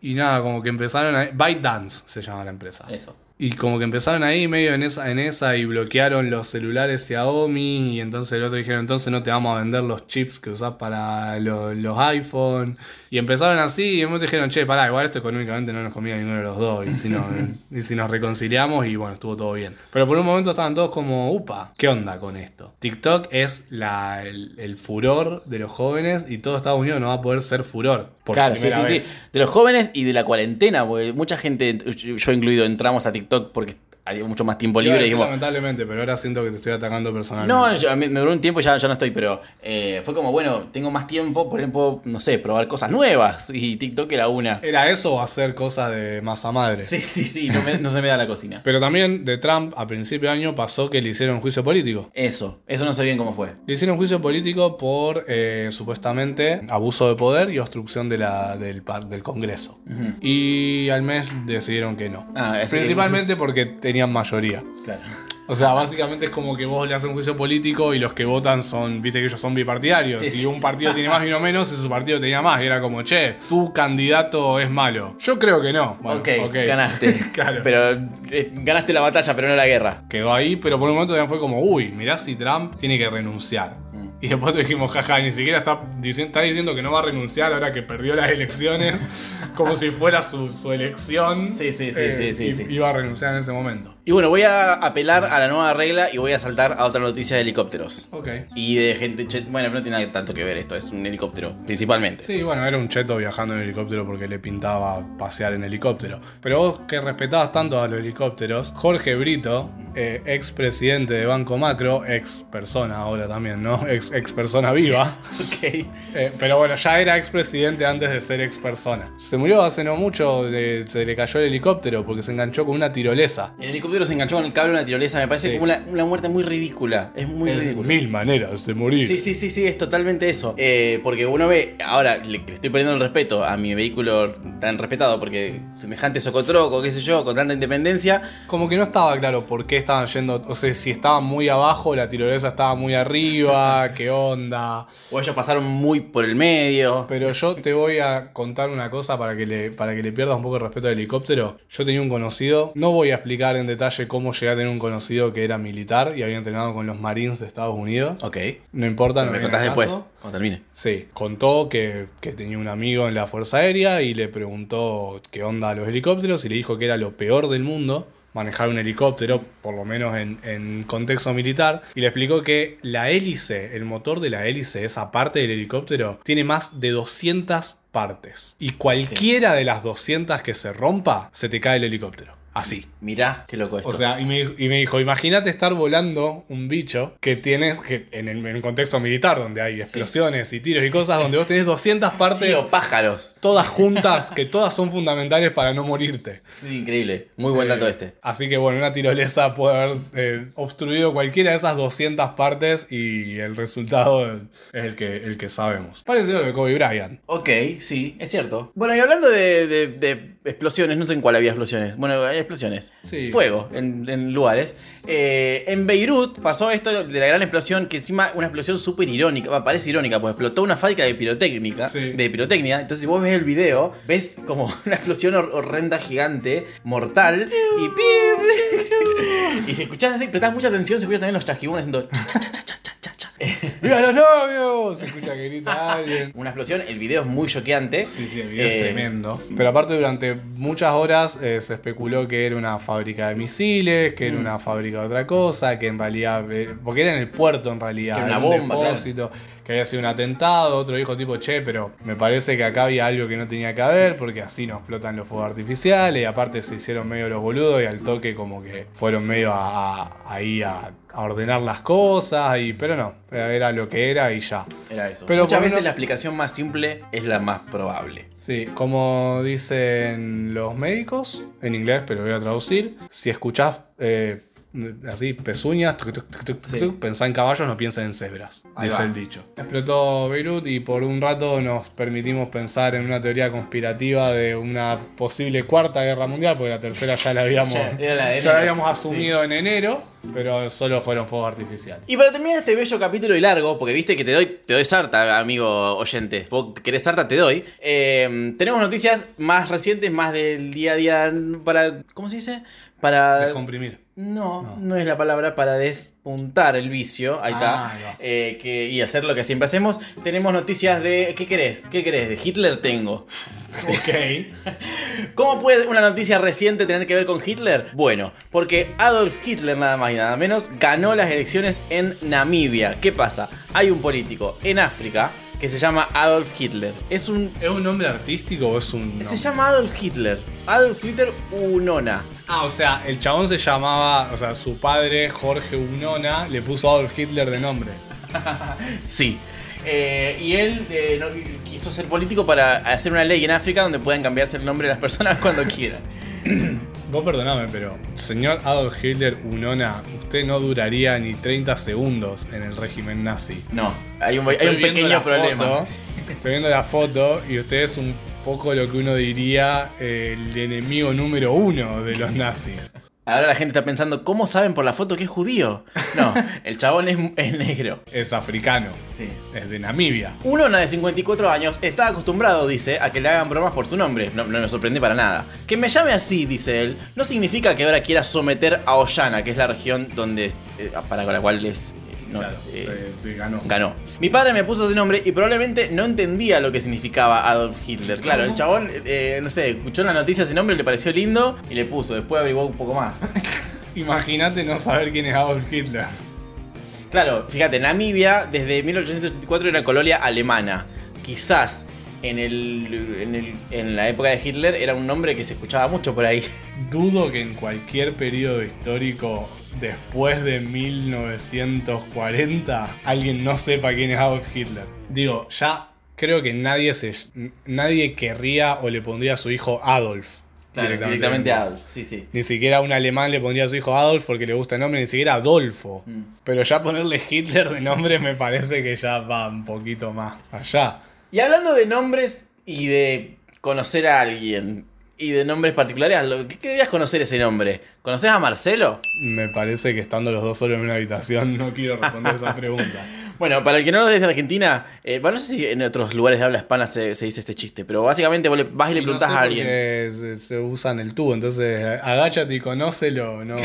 C: y nada, como que empezaron a... ByteDance se llama la empresa.
E: Eso.
C: Y como que empezaron ahí medio en esa, en esa y bloquearon los celulares Xiaomi y entonces el otro dijeron, entonces no te vamos a vender los chips que usás para lo- los iPhone. Y empezaron así y después dijeron, che, pará, igual esto económicamente no nos conviene a ninguno de los dos. Y si,
E: *laughs*
C: nos, y si nos reconciliamos y bueno, estuvo todo bien. Pero por un momento estaban todos como, upa, ¿qué onda con esto? TikTok es la, el, el furor de los jóvenes y todo Estados Unidos no va a poder ser furor. Por
E: claro, sí, sí,
C: primera vez.
E: sí. De los jóvenes y de la cuarentena, porque mucha gente, yo incluido, entramos a TikTok porque había mucho más tiempo
C: Iba a
E: libre y
C: decir
E: dijimos,
C: lamentablemente, pero ahora siento que te estoy atacando personalmente.
E: No, yo- me, me duró un tiempo y ya, ya no estoy, pero eh, fue como, bueno, tengo más tiempo, por ejemplo, no sé, probar cosas nuevas. Y TikTok era una.
C: ¿Era eso o hacer cosas de masa madre?
E: Sí, sí, sí, no, me- no se me da la cocina.
C: Pero también de Trump a principio de año pasó que le hicieron juicio político.
E: Eso, eso no sé bien cómo fue.
C: Le hicieron juicio político por eh, supuestamente abuso de poder y obstrucción de la, del, par- del Congreso.
E: Ujú.
C: Y al mes decidieron que no.
E: Ah, es-
C: Principalmente porque tenían mayoría.
E: Claro.
C: O sea, básicamente es como que vos le haces un juicio político y los que votan son, viste que ellos son bipartidarios.
E: Sí,
C: si
E: sí.
C: un partido tiene más y uno menos, ese partido tenía más. Y era como, che, tu candidato es malo. Yo creo que no. Bueno,
E: ok, ganaste.
C: *laughs* Claro.
E: Pero eh, ganaste la batalla, pero no la guerra.
C: Quedó ahí, pero por un momento también fue como, uy, mirá si Trump tiene que renunciar.
E: Mm.
C: Y después *laughs* dijimos, jaja, ni siquiera está, dici- está diciendo que no va a renunciar ahora que perdió las elecciones, *laughs* como si fuera su, su elección. eh,
E: Sí, sí, sí, sí, sí,
C: y-
E: sí.
C: Iba a renunciar en ese momento.
E: Y bueno, voy a apelar a la nueva regla y voy a saltar a otra noticia de helicópteros.
C: Ok.
E: Y de gente. che- Bueno, pero no tiene nada tanto que ver esto, es un helicóptero, principalmente.
C: Sí, bueno, era un cheto viajando en helicóptero porque le pintaba pasear en helicóptero. Pero vos que respetabas tanto a los helicópteros, Jorge Brito, eh, ex presidente de Banco Macro, ex persona ahora también, ¿no? *laughs* Ex, ex persona viva.
E: Ok.
C: Eh, pero bueno, ya era ex presidente antes de ser ex persona. Se murió hace no mucho, le- se le cayó el helicóptero porque se enganchó con una tirolesa.
E: El helicóptero se enganchó con el cable de una tirolesa. Me parece
C: Sí.
E: como una, una muerte muy ridícula. Es muy
C: Es
E: ridícula.
C: Mil maneras de morir.
E: Sí, sí, sí, sí, es totalmente eso. Eh, porque uno ve, ahora le, le estoy perdiendo el respeto a mi vehículo tan respetado, porque semejante socotroco, qué sé yo, con tanta independencia,
C: Como que no estaba claro por qué estaban yendo, o sea, si estaban muy abajo, la tirolesa estaba muy *laughs* arriba, qué onda.
E: o ellos pasaron muy por el medio.
C: Pero yo te voy a contar una cosa para que le, para que le pierdas un poco el respeto al helicóptero. Yo tenía un conocido, no voy a explicar en detalle cómo llegué a tener un conocido que era militar y había entrenado con los Marines de Estados Unidos.
E: Ok,
C: No importa, no
E: me
C: viene
E: contás
C: al
E: después,
C: caso.
E: cuando termine.
C: Sí, contó que, que tenía un amigo en la Fuerza Aérea y le preguntó qué onda los helicópteros y le dijo que era lo peor del mundo manejar un helicóptero, por lo menos en, en contexto militar, y le explicó que la hélice, el motor de la hélice, esa parte del helicóptero, tiene más de 200 partes. Y cualquiera de las 200 que se rompa, se te cae el helicóptero. Así.
E: Mirá, qué loco esto.
C: O sea, y me, y me dijo, imagínate estar volando un bicho que tienes, que en el, en el contexto militar, donde hay explosiones y tiros y cosas, donde vos tenés 200 partes
E: Sí, o pájaros.
C: todas juntas, que todas son fundamentales para no morirte.
E: Sí, increíble, muy buen dato
C: Eh,
E: este.
C: Así que bueno, una tirolesa puede haber eh, obstruido cualquiera de esas 200 partes y el resultado es el que, el que sabemos. Parecido a lo de Kobe Bryant.
E: Ok, sí, es cierto. Bueno, y hablando de, de- de explosiones, no sé en cuál había explosiones. Bueno, hay explosiones.
C: Sí.
E: Fuego en, en lugares. Eh, en Beirut pasó esto de la gran explosión, que encima una explosión súper irónica, va, parece irónica, pues explotó una fábrica de pirotécnica.
C: Sí.
E: De pirotecnia. Entonces, si vos ves el video, ves como *laughs* una explosión hor- horrenda, gigante, mortal. Y pi- *laughs* Y si escuchás así, prestás mucha atención, se escuchan también los chasquibones haciendo cha, cha, cha, cha, cha, cha, cha.
C: ¡Viva los novios! Se escucha que grita alguien.
E: Una explosión, el video es muy choqueante.
C: Sí, sí, el video es
E: Eh,
C: tremendo. Pero aparte, durante muchas horas eh, se especuló que era una fábrica de misiles, que era
E: Mm.
C: una fábrica de otra cosa, que en realidad. eh, porque era en el puerto, en realidad.
E: Que era
C: en
E: una
C: un
E: bomba,
C: depósito, que había sido un atentado. Otro dijo, tipo, che, pero me parece que acá había algo que no tenía que haber, porque así nos explotan los fuegos artificiales. Y aparte, se hicieron medio los boludos y al toque, como que fueron medio a- a- ahí a, a ordenar las cosas. Y, pero no, era lo que era y ya.
E: Era eso.
C: Pero
E: Muchas
C: por lo
E: veces
C: menos-
E: la explicación más simple es la más probable.
C: Sí, como dicen los médicos, en inglés, pero voy a traducir. Si escuchás eh, así, pezuñas, tuc, tuc, tuc, tuc, tuc,
E: Sí.
C: tuc, pensá en caballos, no piensa en cebras,
E: Ahí
C: dice
E: va.
C: el dicho. Explotó Beirut y por un rato nos permitimos pensar en una teoría conspirativa de una posible cuarta guerra mundial, porque la tercera ya la habíamos,
E: *laughs* Ya, era la de
C: ya la
E: enero.
C: habíamos asumido en enero, pero solo fueron fuegos artificiales.
E: Y para terminar este bello capítulo y largo, porque viste que te doy, te doy sarta, amigo oyente. Vos querés sarta, te doy. Eh, tenemos noticias más recientes, más del día a día. Para. ¿Cómo se dice? Para.
C: Descomprimir.
E: No, no,
C: No.
E: es la palabra para despuntar el vicio. Ahí
C: Ah, ahí
E: está.
C: va.
E: Eh, que, y hacer lo que siempre hacemos. Tenemos noticias de. ¿Qué querés? ¿Qué querés? De Hitler tengo.
C: Ok.
E: ¿Cómo puede una noticia reciente tener que ver con Hitler? Bueno, porque Adolf Hitler nada más y nada menos ganó las elecciones en Namibia. ¿Qué pasa? Hay un político en África que se llama Adolf Hitler. Es un...
C: ¿Es un nombre artístico o es un.?
E: Se
C: nombre?
E: llama Adolf Hitler. Adolf Hitler Unona.
C: Ah, o sea, el chabón se llamaba, o sea, su padre, Jorge Unona, le puso Adolf Hitler de nombre.
E: Sí. Eh, y él eh, no- quiso ser político para hacer una ley en África donde puedan cambiarse el nombre de las personas *laughs* cuando quieran.
C: Vos perdoname, pero, señor Adolf Hitler Unona, usted no duraría ni 30 segundos en el régimen nazi.
E: No, hay un, hay
C: Estoy
E: un
C: viendo
E: pequeño
C: la
E: problema.
C: foto, estoy viendo la foto y usted es un poco lo que uno diría eh, el enemigo número uno de los nazis.
E: Ahora la gente está pensando, ¿cómo saben por la foto que es judío? No, el chabón es, es negro.
C: Es africano,
E: Sí.
C: es de Namibia.
E: Uno de 54 años está acostumbrado, dice, a que le hagan bromas por su nombre. No, no me sorprende para nada. Que me llame así, dice él, no significa que ahora quiera someter a Ollana, que es la región donde eh, para con la cual es... eh, no,
C: Claro,
E: eh,
C: se- se ganó.
E: Ganó. Mi padre me puso ese nombre y probablemente no entendía lo que significaba Adolf Hitler. Claro, el chabón, eh, no sé, escuchó la noticia ese nombre, le pareció lindo y le puso. Después averiguó un poco más.
C: Imagínate no saber quién es Adolf Hitler.
E: Claro, fíjate, Namibia desde 1884 era colonia alemana. Quizás en, el, en, el- en la época de Hitler era un nombre que se escuchaba mucho por
C: *laughs*
E: ahí.
C: Dudo que en cualquier periodo histórico después de 1940 alguien no sepa quién es Adolf Hitler. Digo, ya creo que nadie se nadie querría o le pondría a su hijo Adolf.
E: Directamente, directamente a Adolf, sí, sí.
C: Ni siquiera un alemán le pondría a su hijo Adolf porque le gusta el nombre, ni siquiera Adolfo.
E: Mm.
C: Pero ya ponerle Hitler de nombre me parece que ya va un poquito más allá.
E: Y hablando de nombres y de conocer a alguien y de nombres particulares, lo- ¿qué qué deberías conocer ese nombre? ¿Conoces a Marcelo?
C: Me parece que estando los dos solos en una habitación no quiero responder esa
E: *laughs*
C: pregunta.
E: Bueno, para el que no lo desde Argentina, eh, bueno, no sé si en otros lugares de habla hispana se, se dice este chiste, pero básicamente vos le- vas y le
C: Y no
E: preguntás
C: sé
E: a alguien.
C: porque Se, se usa en el tubo, entonces eh, agáchate y conócelo, no,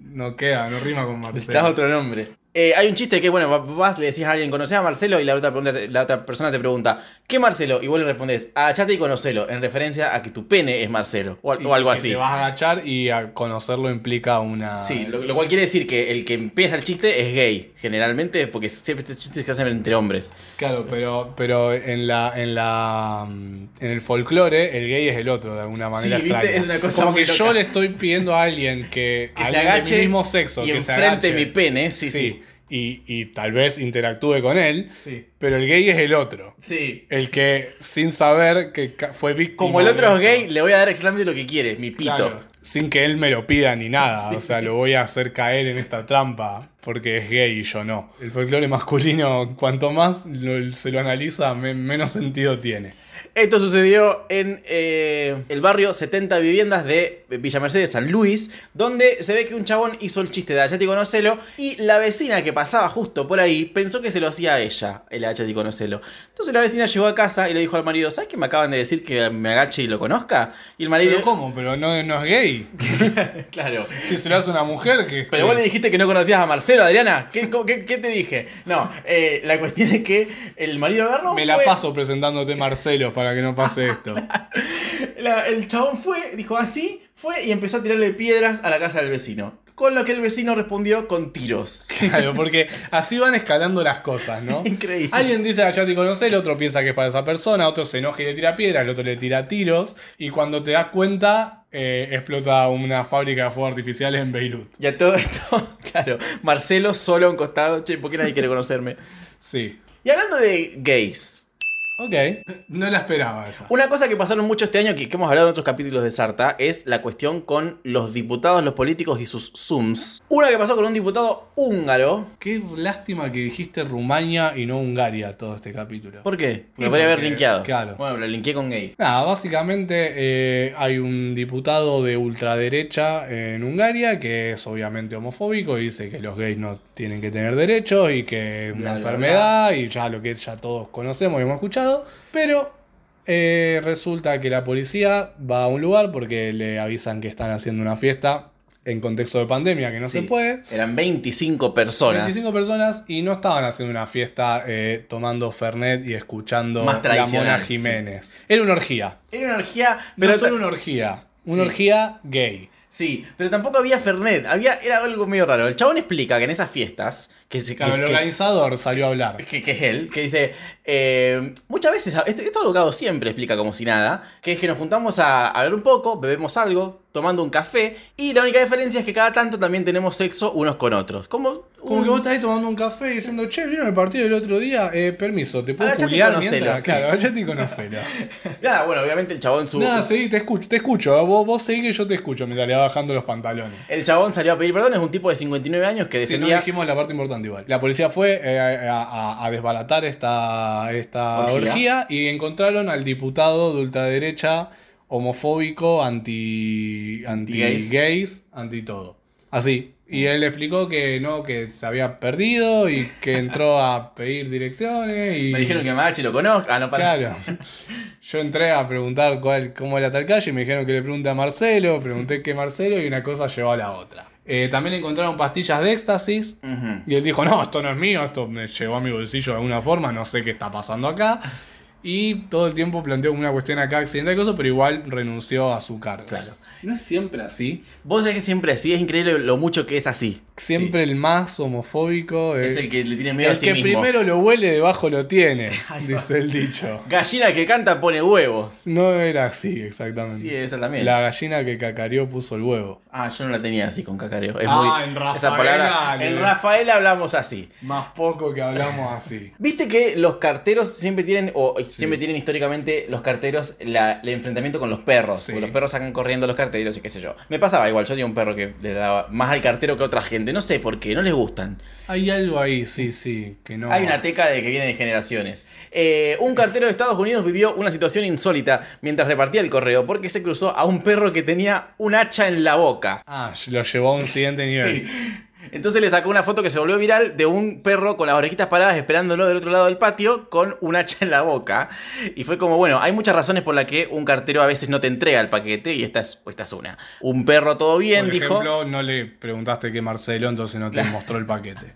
C: no queda, no rima con
E: Necesitas
C: Marcelo.
E: otro nombre. Eh, hay un chiste que, bueno, va- vas, le decís a alguien, ¿conoces a Marcelo? Y la otra, pregunta- la otra persona te pregunta, ¿qué Marcelo? Y vos le respondés, agachate y conocelo, en referencia a que tu pene es Marcelo, o, al-
C: Y
E: o algo
C: que
E: así.
C: Te vas a agachar y a conocerlo implica una.
E: Sí, lo, lo cual quiere decir que el que empieza el chiste es gay, generalmente, porque siempre estos chistes se hacen entre hombres.
C: Claro, pero, pero en la, en la mm, en el folclore, el gay es el otro, de alguna manera
E: Sí,
C: extraña.
E: viste, es una cosa
C: Como
E: muy
C: que yo
E: loca.
C: le estoy pidiendo a alguien que,
E: Que
C: a
E: se
C: alguien de mi
E: agache
C: mismo sexo,
E: y
C: que se
E: enfrente
C: agache.
E: mi pene, sí, sí.
C: Y, y tal vez interactúe con él,
E: Sí,
C: pero el gay es el otro.
E: sí.
C: El que, sin saber que ca- fue víctima.
E: Como el
C: de
E: otro es
C: eso.
E: gay, le voy a dar exactamente lo que quiere, mi pito.
C: Claro, sin que él me lo pida ni nada. O sea, lo voy a hacer caer en esta trampa porque es gay y yo no. El folclore masculino, cuanto más lo- se lo analiza, me- menos sentido tiene.
E: Esto sucedió en eh, el barrio 70 Viviendas de Villa Mercedes, San Luis, donde se ve que un chabón hizo el chiste de Ayati Conocelo y la vecina que pasaba justo por ahí pensó que se lo hacía a ella, el Ayati Conocelo. Entonces la vecina llegó a casa y le dijo al marido, ¿sabes que me acaban de decir que me agache y lo conozca? Y el marido...
C: Pero ¿cómo? Pero no, no es gay.
E: Claro.
C: Si se lo hace una mujer, que
E: Pero vos le dijiste que no conocías a Marcelo, Adriana. ¿Qué, cómo- qué- qué te dije? No, eh, la cuestión es que el marido agarró.
C: me la
E: fue-
C: paso presentándote Marcelo para que no pase
E: *laughs*
C: esto.
E: La- el chabón fue, dijo así, fue y empezó a tirarle piedras a la casa del vecino. Con lo que el vecino respondió con tiros.
C: Claro, porque así van escalando las cosas, ¿no?
E: *laughs* Increíble.
C: Alguien dice "Ah, a Yati conocer, otro piensa que es para esa persona, otro se enoja y le tira piedras, el otro le tira tiros, y cuando te das cuenta, eh, explota una fábrica de fuegos artificiales en Beirut.
E: Y a todo esto, *laughs* claro, Marcelo solo a un costado, che, ¿por qué nadie quiere conocerme?
C: Sí.
E: Y hablando de gays,
C: Ok. No la esperaba esa.
E: una cosa que pasaron mucho este año, que, que hemos hablado en otros capítulos de Sarta, es la cuestión con los diputados, los políticos y sus Zooms. Una que pasó con un diputado húngaro.
C: Qué lástima que dijiste Rumania y no Hungaria todo este capítulo.
E: ¿Por qué?
C: Y
E: Me podría haber
C: porque,
E: linkeado.
C: claro.
E: Bueno, pero linkeé con gays.
C: Nada, básicamente eh, hay un diputado de ultraderecha en Hungaria que es obviamente homofóbico y dice que los gays no tienen que tener derechos y que es una
E: Bla, bla,
C: enfermedad y ya lo que ya todos conocemos y hemos escuchado. Pero eh, resulta que la policía va a un lugar porque le avisan que están haciendo una fiesta en contexto de pandemia que no
E: Sí.
C: se puede.
E: Eran 25 personas.
C: 25 personas y no estaban haciendo una fiesta eh, tomando Fernet y escuchando la
E: Más
C: Mona
E: tradicional, sí.
C: Jiménez. Era una orgía.
E: Era una orgía,
C: Pero
E: pero
C: no solo
E: ta-
C: una orgía, una
E: Sí.
C: orgía gay.
E: Sí, pero tampoco había Fernet, había, era algo medio raro. El chabón explica que en esas fiestas, que, se- que,
C: Claro, el
E: que,
C: organizador salió a hablar.
E: que- que es él, que dice, eh, muchas veces, esto, esto abogado siempre explica como si nada, que es que nos juntamos a hablar un poco, bebemos algo, tomando un café, y la única diferencia es que cada tanto también tenemos sexo unos con otros. Como,
C: Como
E: un-
C: que vos
E: *laughs*
C: estás ahí tomando un café y diciendo, che, ¿vieron el partido del otro día? Eh, permiso, ¿te puedo
E: Agachate y
C: culiar
E: Ah, conocelo,
C: mientras?
E: sí.
C: Claro, agachate y
E: *laughs*
C: conocelo.
E: Nada, bueno, obviamente el chabón su...
C: Nada, seguí, te escucho, te escucho. Vos, vos seguí que yo te escucho mientras le va bajando los pantalones.
E: El chabón salió a pedir perdón, es un tipo de 59 años que
C: Si no
E: defendía...
C: dijimos la parte importante igual. La policía fue eh, a, a- a desbaratar esta, esta
E: Orgía.
C: orgía. y encontraron al diputado de ultraderecha homofóbico, anti, anti
E: Anti-gays.
C: gays, anti todo. Así. Y
E: Mm.
C: él explicó que no, que se había perdido y que entró a pedir direcciones y...
E: Me dijeron que Machi lo conozca, ah, no para...
C: Claro. Yo entré a preguntar cuál, cómo era tal calle y me dijeron que le pregunte a Marcelo, pregunté qué Marcelo y una cosa llevó a la otra. Eh, también encontraron pastillas de éxtasis
E: Ujú.
C: y él dijo, no, esto no es mío, esto me llegó a mi bolsillo de alguna forma, no sé qué está pasando acá. Y todo el tiempo planteó como una cuestión acá accidental y cosas, pero igual renunció a su cargo.
E: Claro.
C: No es siempre así.
E: Vos sabés que siempre así, es increíble lo mucho que es así.
C: Siempre el más homofóbico
E: Sí.
C: eh,
E: es el que le tiene miedo
C: el
E: a sí
C: que
E: mismo.
C: primero lo huele, debajo lo
E: *laughs*
C: tiene, dice el dicho.
E: Gallina que canta pone huevos.
C: No era así exactamente.
E: Sí, esa también.
C: La gallina que cacareó puso el huevo.
E: Ah, yo no la tenía así con cacareo. Es
C: Ah,
E: muy...
C: en Rafael
E: Esa palabra.
C: Ángeles.
E: En Rafael hablamos así.
C: Más poco que hablamos
E: *laughs*
C: así.
E: Viste que los carteros siempre tienen, o siempre tienen históricamente los carteros la- el enfrentamiento con los perros.
C: Sí.
E: porque Los perros sacan corriendo a los carteros y qué sé yo. Me pasaba igual, yo tenía un perro que le daba más al cartero que a otra gente. No sé por qué, no les gustan.
C: Hay algo ahí, sí, sí, que no.
E: Hay una teca de que viene de generaciones. Eh, un cartero de Estados Unidos vivió una situación insólita mientras repartía el correo porque se cruzó a un perro que tenía un hacha en la boca.
C: Ah, lo llevó a un
E: *laughs*
C: siguiente nivel.
E: Entonces le sacó una foto que se volvió viral de un perro con las orejitas paradas esperándolo del otro lado del patio con un hacha en la boca. Y fue como, bueno, hay muchas razones por las que un cartero a veces no te entrega el paquete y esta es, esta es una. Un perro todo bien,
C: Por
E: dijo.
C: ejemplo, no le preguntaste qué Marcelo, entonces no te mostró el paquete.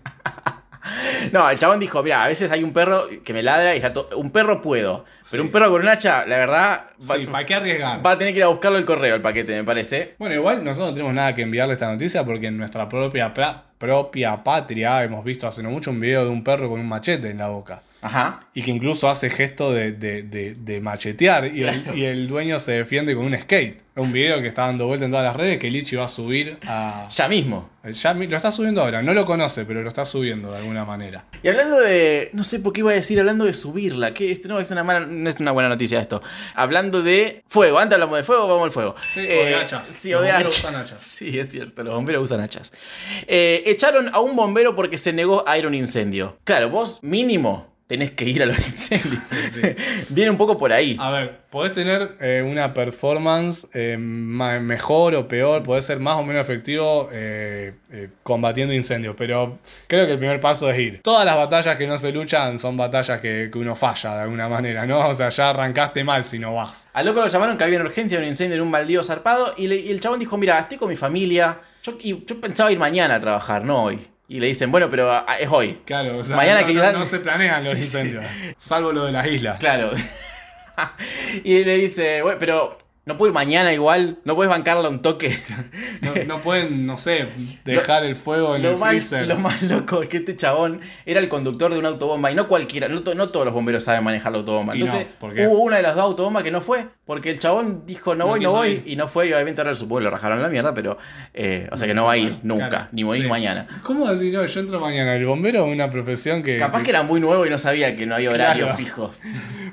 E: No, el chabón dijo, mira, a veces hay un perro que me ladra y está todo... Un perro puedo, pero
C: Sí.
E: un perro con un hacha, la verdad, va,
C: Sí, ¿para qué arriesgar?
E: va a tener que ir a buscarlo el correo el paquete, me parece.
C: Bueno, igual nosotros no tenemos nada que enviarle esta noticia porque en nuestra propia, pra- propia patria hemos visto hace no mucho un video de un perro con un machete en la boca.
E: Ajá.
C: Y que incluso hace gesto de, de- de- de machetear y, el, y el dueño se defiende con un skate. Es un video que está dando vuelta en todas las redes que Lichi va a subir a...
E: Ya mismo.
C: Ya mi- lo está subiendo ahora, no lo conoce, pero lo está subiendo de alguna manera.
E: Y hablando de. No sé por qué iba a decir, hablando de subirla, que esto no es una mala, no es una buena noticia esto. Hablando de fuego, antes hablamos de fuego, vamos al fuego. Eh,
C: Sí, o de hachas.
E: Sí,
C: Los
E: o de
C: bomberos
E: hachas.
C: usan hachas.
E: *laughs* Sí, es cierto, los bomberos usan hachas. Eh, echaron a un bombero porque se negó a ir a un incendio. Claro, vos mínimo tenés que ir a los *laughs* incendios. Viene un poco por ahí.
C: A ver, podés tener eh, una performance eh, ma- mejor o peor, podés ser más o menos efectivo eh, eh, combatiendo incendios, pero creo que el primer paso es ir. Todas las batallas que no se luchan son batallas que, que uno falla de alguna manera, ¿no? O sea, ya arrancaste mal si no vas.
E: Al loco lo llamaron que había una urgencia, un incendio en un baldío zarpado. Y, le- y el chabón dijo: Mira, estoy con mi familia. Yo, y yo pensaba ir mañana a trabajar, no hoy. Y le dicen: Bueno, pero ah, es hoy. *laughs*
C: Claro, o sea,
E: Mañana
C: no,
E: que
C: no-
E: dan-
C: no se planean los
E: *laughs* Sí, sí.
C: incendios, salvo lo de las islas.
E: Claro. *laughs* y le dice, bueno, pero no puedo ir mañana igual, no puedes bancarla un toque. *laughs*
C: No, no pueden, no sé, dejar el fuego en
E: lo,
C: el
E: más,
C: freezer.
E: lo más loco es que este chabón era el conductor de una autobomba y no cualquiera, no, to- no todos los bomberos saben manejar la autobomba.
C: Y no,
E: Entonces
C: ¿por qué?
E: hubo una de las dos autobombas que no fue, porque el chabón dijo no,
C: No
E: voy, no
C: quiso
E: voy,
C: ir.
E: y no fue, y obviamente ahora supongo que lo rajaron a la mierda, pero, eh, o sea que no va a ir nunca,
C: Claro,
E: ni voy a ir
C: sí.
E: mañana.
C: ¿Cómo decir, no, yo entro mañana? El bombero es una profesión que...
E: Capaz que era muy nuevo y no sabía que no había horarios
C: Claro.
E: fijos.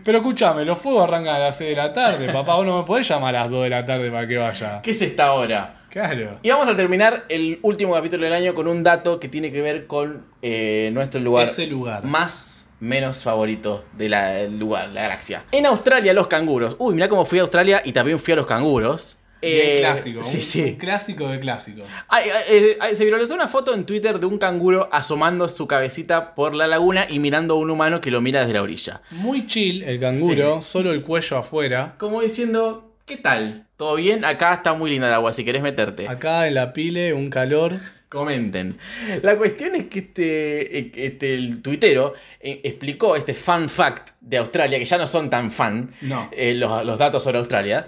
C: Pero escúchame, los fuegos arrancan a las 6 de la *laughs* tarde, papá. Vos no me podés llamar a las 2 de la tarde para que vaya.
E: ¿Qué es esta hora?
C: Claro.
E: Y vamos a terminar el último capítulo del año con un dato que tiene que ver con eh, nuestro lugar
C: Ese lugar.
E: más menos favorito del lugar, la galaxia. En Australia, los canguros. Uy, mirá cómo fui a Australia y también fui a los canguros.
C: Bien
E: Eh,
C: clásico.
E: Sí,
C: un, un
E: sí.
C: clásico de clásico.
E: Ay, ay, eh, ay, se viralizó una foto en Twitter de un canguro asomando su cabecita por la laguna y mirando a un humano que lo mira desde la orilla.
C: Muy chill el canguro, solo el cuello afuera.
E: Como diciendo, ¿qué tal? ¿Todo bien? Acá está muy linda el agua, si querés meterte.
C: Acá en la pile, un calor.
E: Comenten. La cuestión es que este, este el tuitero eh, explicó este fan fact de Australia, que ya no son tan fan
C: No.
E: eh, los, los datos sobre Australia,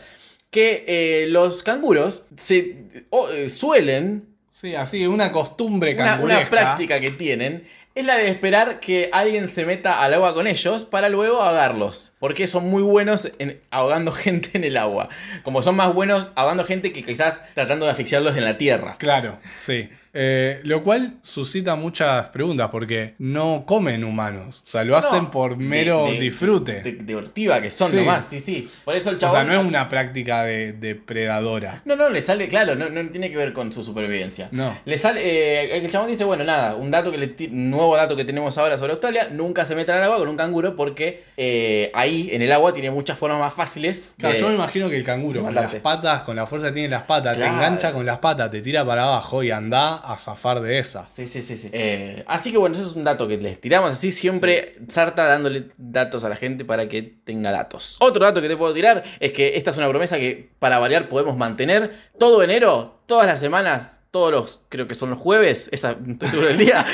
E: que eh, los canguros se, o, eh, suelen,
C: Sí, así, una costumbre
E: una,
C: canguresca.
E: una práctica que tienen, es la de esperar que alguien se meta al agua con ellos para luego ahogarlos, porque son muy buenos en ahogando *laughs* gente en el agua, como son más buenos ahogando gente que quizás tratando de asfixiarlos en la tierra.
C: Claro, sí. Eh, lo cual suscita muchas preguntas porque no comen humanos. O sea, lo hacen
E: No,
C: por
E: de-
C: mero
E: de-
C: disfrute.
E: De, de ortiva que son
C: Sí.
E: nomás, sí, sí. Por eso el
C: o
E: chabón.
C: sea, no es una práctica de depredadora.
E: No, no, le sale, claro, no, no tiene que ver con su supervivencia.
C: No.
E: Le sale, eh, el chabón dice, bueno, nada, un dato que le ti- nuevo dato que tenemos ahora sobre Australia, nunca se metan al agua con un canguro porque eh, ahí en el agua tiene muchas formas más fáciles.
C: Claro,
E: de-
C: yo me imagino que el canguro con las
E: matarte.
C: patas, con la fuerza que tiene las patas,
E: Claro.
C: te engancha con las patas, te tira para abajo y anda a zafar de esas.
E: Sí, sí, sí, sí. Eh, así que bueno, eso es un dato que les tiramos así, siempre Sarta dándole datos a la gente para que tenga datos. Otro dato que te puedo tirar es que esta es una promesa que para variar podemos mantener todo enero, todas las semanas. todos los, creo que son los jueves, esa, estoy seguro del día,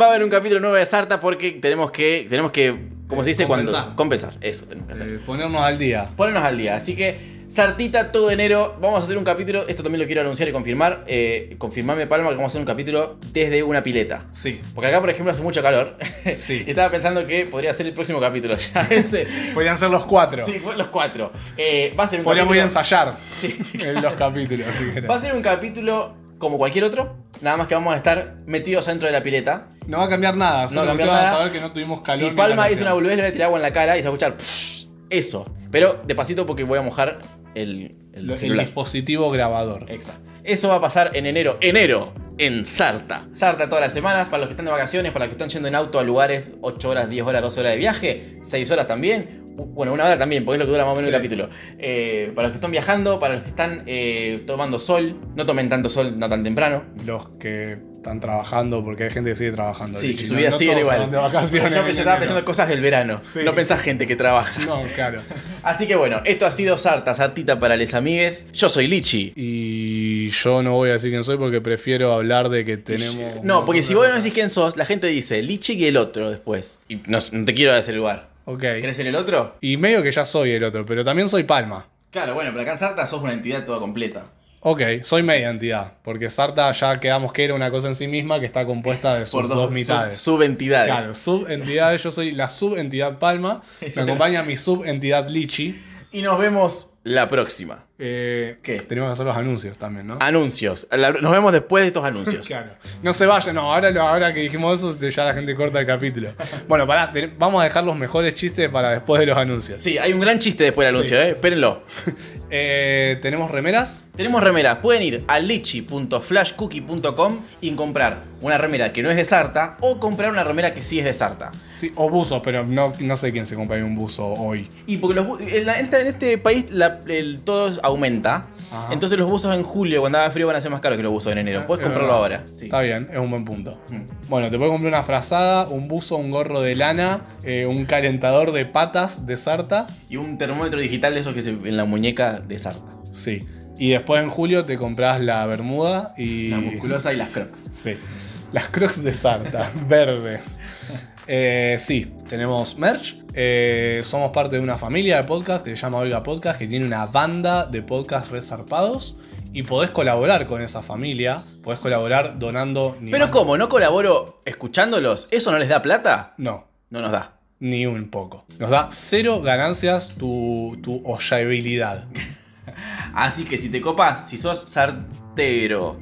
E: va a haber un capítulo nuevo de Sarta porque tenemos que, tenemos que, como se dice, cuando
C: Compensar.
E: compensar, eso tenemos que hacer.
C: Eh, ponernos al día.
E: Ponernos al día. Así que, Sartita, todo enero, vamos a hacer un capítulo. Esto también lo quiero anunciar y confirmar. Eh, confirmame, Palma, que vamos a hacer un capítulo desde una pileta.
C: Sí,
E: Porque acá, por ejemplo, hace mucho calor.
C: sí.
E: *laughs* Y estaba pensando que podría ser el próximo
C: *laughs*
E: capítulo ya. Ese.
C: Podrían ser los cuatro.
E: Sí, los cuatro. Eh, va a ser un
C: Podríamos ir a
E: capítulo.
C: ensayar
E: Sí.
C: en los capítulos. si querés.
E: Va a ser un capítulo como cualquier otro. Nada más que vamos a estar metidos dentro de la pileta.
C: No va a cambiar nada. Solo ustedes
E: cambiar
C: van
E: nada.
C: a saber que no tuvimos calor.
E: si
C: ni
E: Palma hizo
C: calefacción.
E: una boludez, le voy a tirar agua en la cara y se va a escuchar. "Psh", Eso. Pero de pasito porque voy a mojar el, el
C: Lo- El
E: celular.
C: dispositivo grabador.
E: Exacto. Eso va a pasar en enero. Enero en Sarta. Sarta todas las semanas, para los que están de vacaciones, para los que están yendo en auto a lugares 8 horas, 10 horas, 12 horas de viaje, 6 horas también. U- Bueno, una hora también, porque es lo que dura más o menos el
C: Sí.
E: capítulo. Eh, para los que están viajando, para los que están eh, tomando sol, no tomen tanto sol, no tan temprano.
C: Los que están trabajando, porque hay gente que sigue trabajando.
E: Sí, que
C: Lichi,
E: su
C: no-
E: vida
C: no
E: sigue
C: todos se
E: igual.
C: van de vacaciones.
E: Yo
C: en
E: pensé- estaba
C: enero.
E: pensando cosas del verano.
C: Sí.
E: No pensás gente que trabaja.
C: No, claro.
E: Así que bueno, esto ha sido Sarta, Sartita para les amigues. Yo soy Lichi.
C: Y yo no voy a decir quién soy porque prefiero hablar de que tenemos.
E: No, pues, porque si vos no decís
C: que.
E: quién sos, la gente dice Lichi y el otro después. Y no, no te quiero dar ese lugar.
C: Ok.
E: ¿Querés ser el otro?
C: Y medio que ya soy el otro, pero también soy Palma.
E: Claro, bueno, pero acá en Sarta sos una entidad toda completa.
C: Ok, soy media entidad, porque Sarta ya quedamos que era una cosa en sí misma que está compuesta
E: *laughs*
C: de sus dos, mitades.
E: sub- subentidades.
C: Claro, subentidades, yo soy la subentidad
E: *laughs*
C: Palma, me acompaña mi subentidad Lichi.
E: Y nos vemos la próxima.
C: Eh,
E: ¿Qué? Ah,
C: Tenemos que hacer los anuncios también, ¿no?
E: Anuncios. La- Nos vemos después de estos *laughs* anuncios.
C: Claro. No se vayan, no, ahora, lo- ahora que dijimos eso ya la gente corta el
E: *laughs*
C: capítulo. Bueno, pará, ten- vamos a dejar los mejores chistes para después de los anuncios.
E: Sí, hay un gran chiste después del anuncio,
C: Sí.
E: ¿eh? Espérenlo.
C: Eh, ¿Tenemos remeras?
E: Tenemos remeras. Pueden ir a lichi.flashcookie.com y comprar una remera que no es de Sarta o comprar una remera que sí es de Sarta.
C: Sí, o buzos, pero no, no sé quién se compraría un buzo hoy.
E: Y porque los, bu- en, la- en esta- en este país la- el- todo aumenta.
C: Ajá. Ah,
E: Entonces los buzos en julio, cuando haga frío, van a ser más caros que los buzos en enero. Puedes
C: Es
E: comprarlo
C: verdad.
E: ahora. Sí.
C: Está bien, es un buen punto.
E: Mm.
C: Bueno, te puedes comprar una frazada, un buzo, un gorro de lana, eh, un calentador de patas de sarta.
E: Y un termómetro digital de esos que se en la muñeca de Sarta.
C: Sí. Y después en julio te compras la bermuda y.
E: La musculosa y las crocs.
C: Sí. Las crocs de
E: *laughs*
C: sarta, verdes. Eh, sí, tenemos merch. eh, somos parte de una familia de podcast que se llama Oiga Podcast, que tiene una banda de podcast resarpados. Y podés colaborar con esa familia. Podés colaborar donando. ni
E: Pero
C: más-
E: ¿cómo? ¿No colaboro escuchándolos? ¿Eso no les da plata?
C: No.
E: No nos da.
C: Ni un poco. Nos da cero ganancias tu, tu hollabilidad.
E: Así que si te copas, si sos sartero,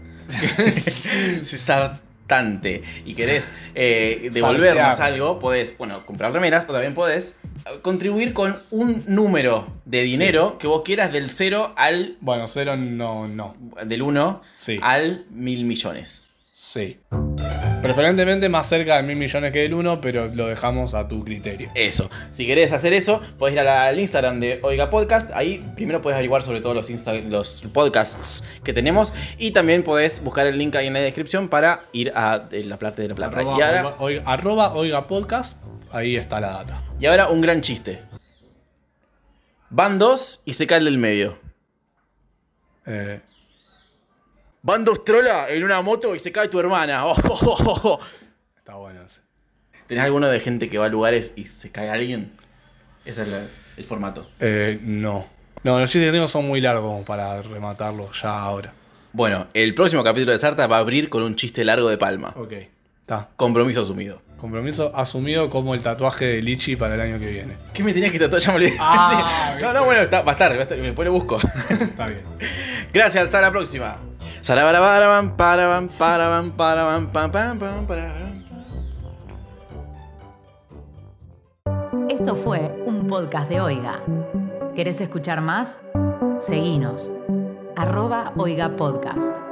E: si sartante y querés eh, devolvernos
C: Sartear.
E: algo, podés, bueno, comprar remeras o también podés eh, contribuir con un número de dinero que vos quieras del 0 al...
C: Bueno, cero no, no.
E: del 1
C: Sí.
E: al mil millones.
C: Sí. Preferentemente más cerca de mil millones que del uno, pero lo dejamos a tu criterio.
E: Eso. Si querés hacer eso, podés ir a la- al Instagram de Oiga Podcast. Ahí primero podés averiguar sobre todos los, Insta- los podcasts que tenemos. Y también podés buscar el link ahí en la descripción para ir a eh, la parte de la plata.
C: Arroba,
E: Y ahora,
C: oiga, oiga- arroba oiga podcast, ahí está la data.
E: y ahora un gran chiste. Van dos y se cae el del medio.
C: Eh,
E: Van dos trola en una moto y se cae tu hermana. *laughs* Oh, oh, oh, oh.
C: está bueno ese.
E: ¿Tenés alguno de gente que va a lugares y se cae alguien? Ese es la- el formato.
C: Eh, no. No, los chistes que tengo son muy largos como para rematarlos ya ahora.
E: Bueno, el próximo capítulo de Sarta va a abrir con un chiste largo de palma.
C: Ok. Está.
E: Compromiso asumido.
C: Compromiso asumido como el tatuaje de Lichi para el año que viene.
E: ¿Qué me tenías que tratar? *laughs* Ya me olvidé.
C: Ah,
E: Sí. no, no, bueno, está, va a estar, va a estar, después lo busco. *laughs*
C: Está bien.
E: Gracias, hasta la próxima. Sarabarabaraban, paraban, paraban, paraban, pam, pam, pam, paraban.
A: Esto fue un podcast de Oiga. ¿Querés escuchar más? Seguinos. Arroba Oiga Podcast.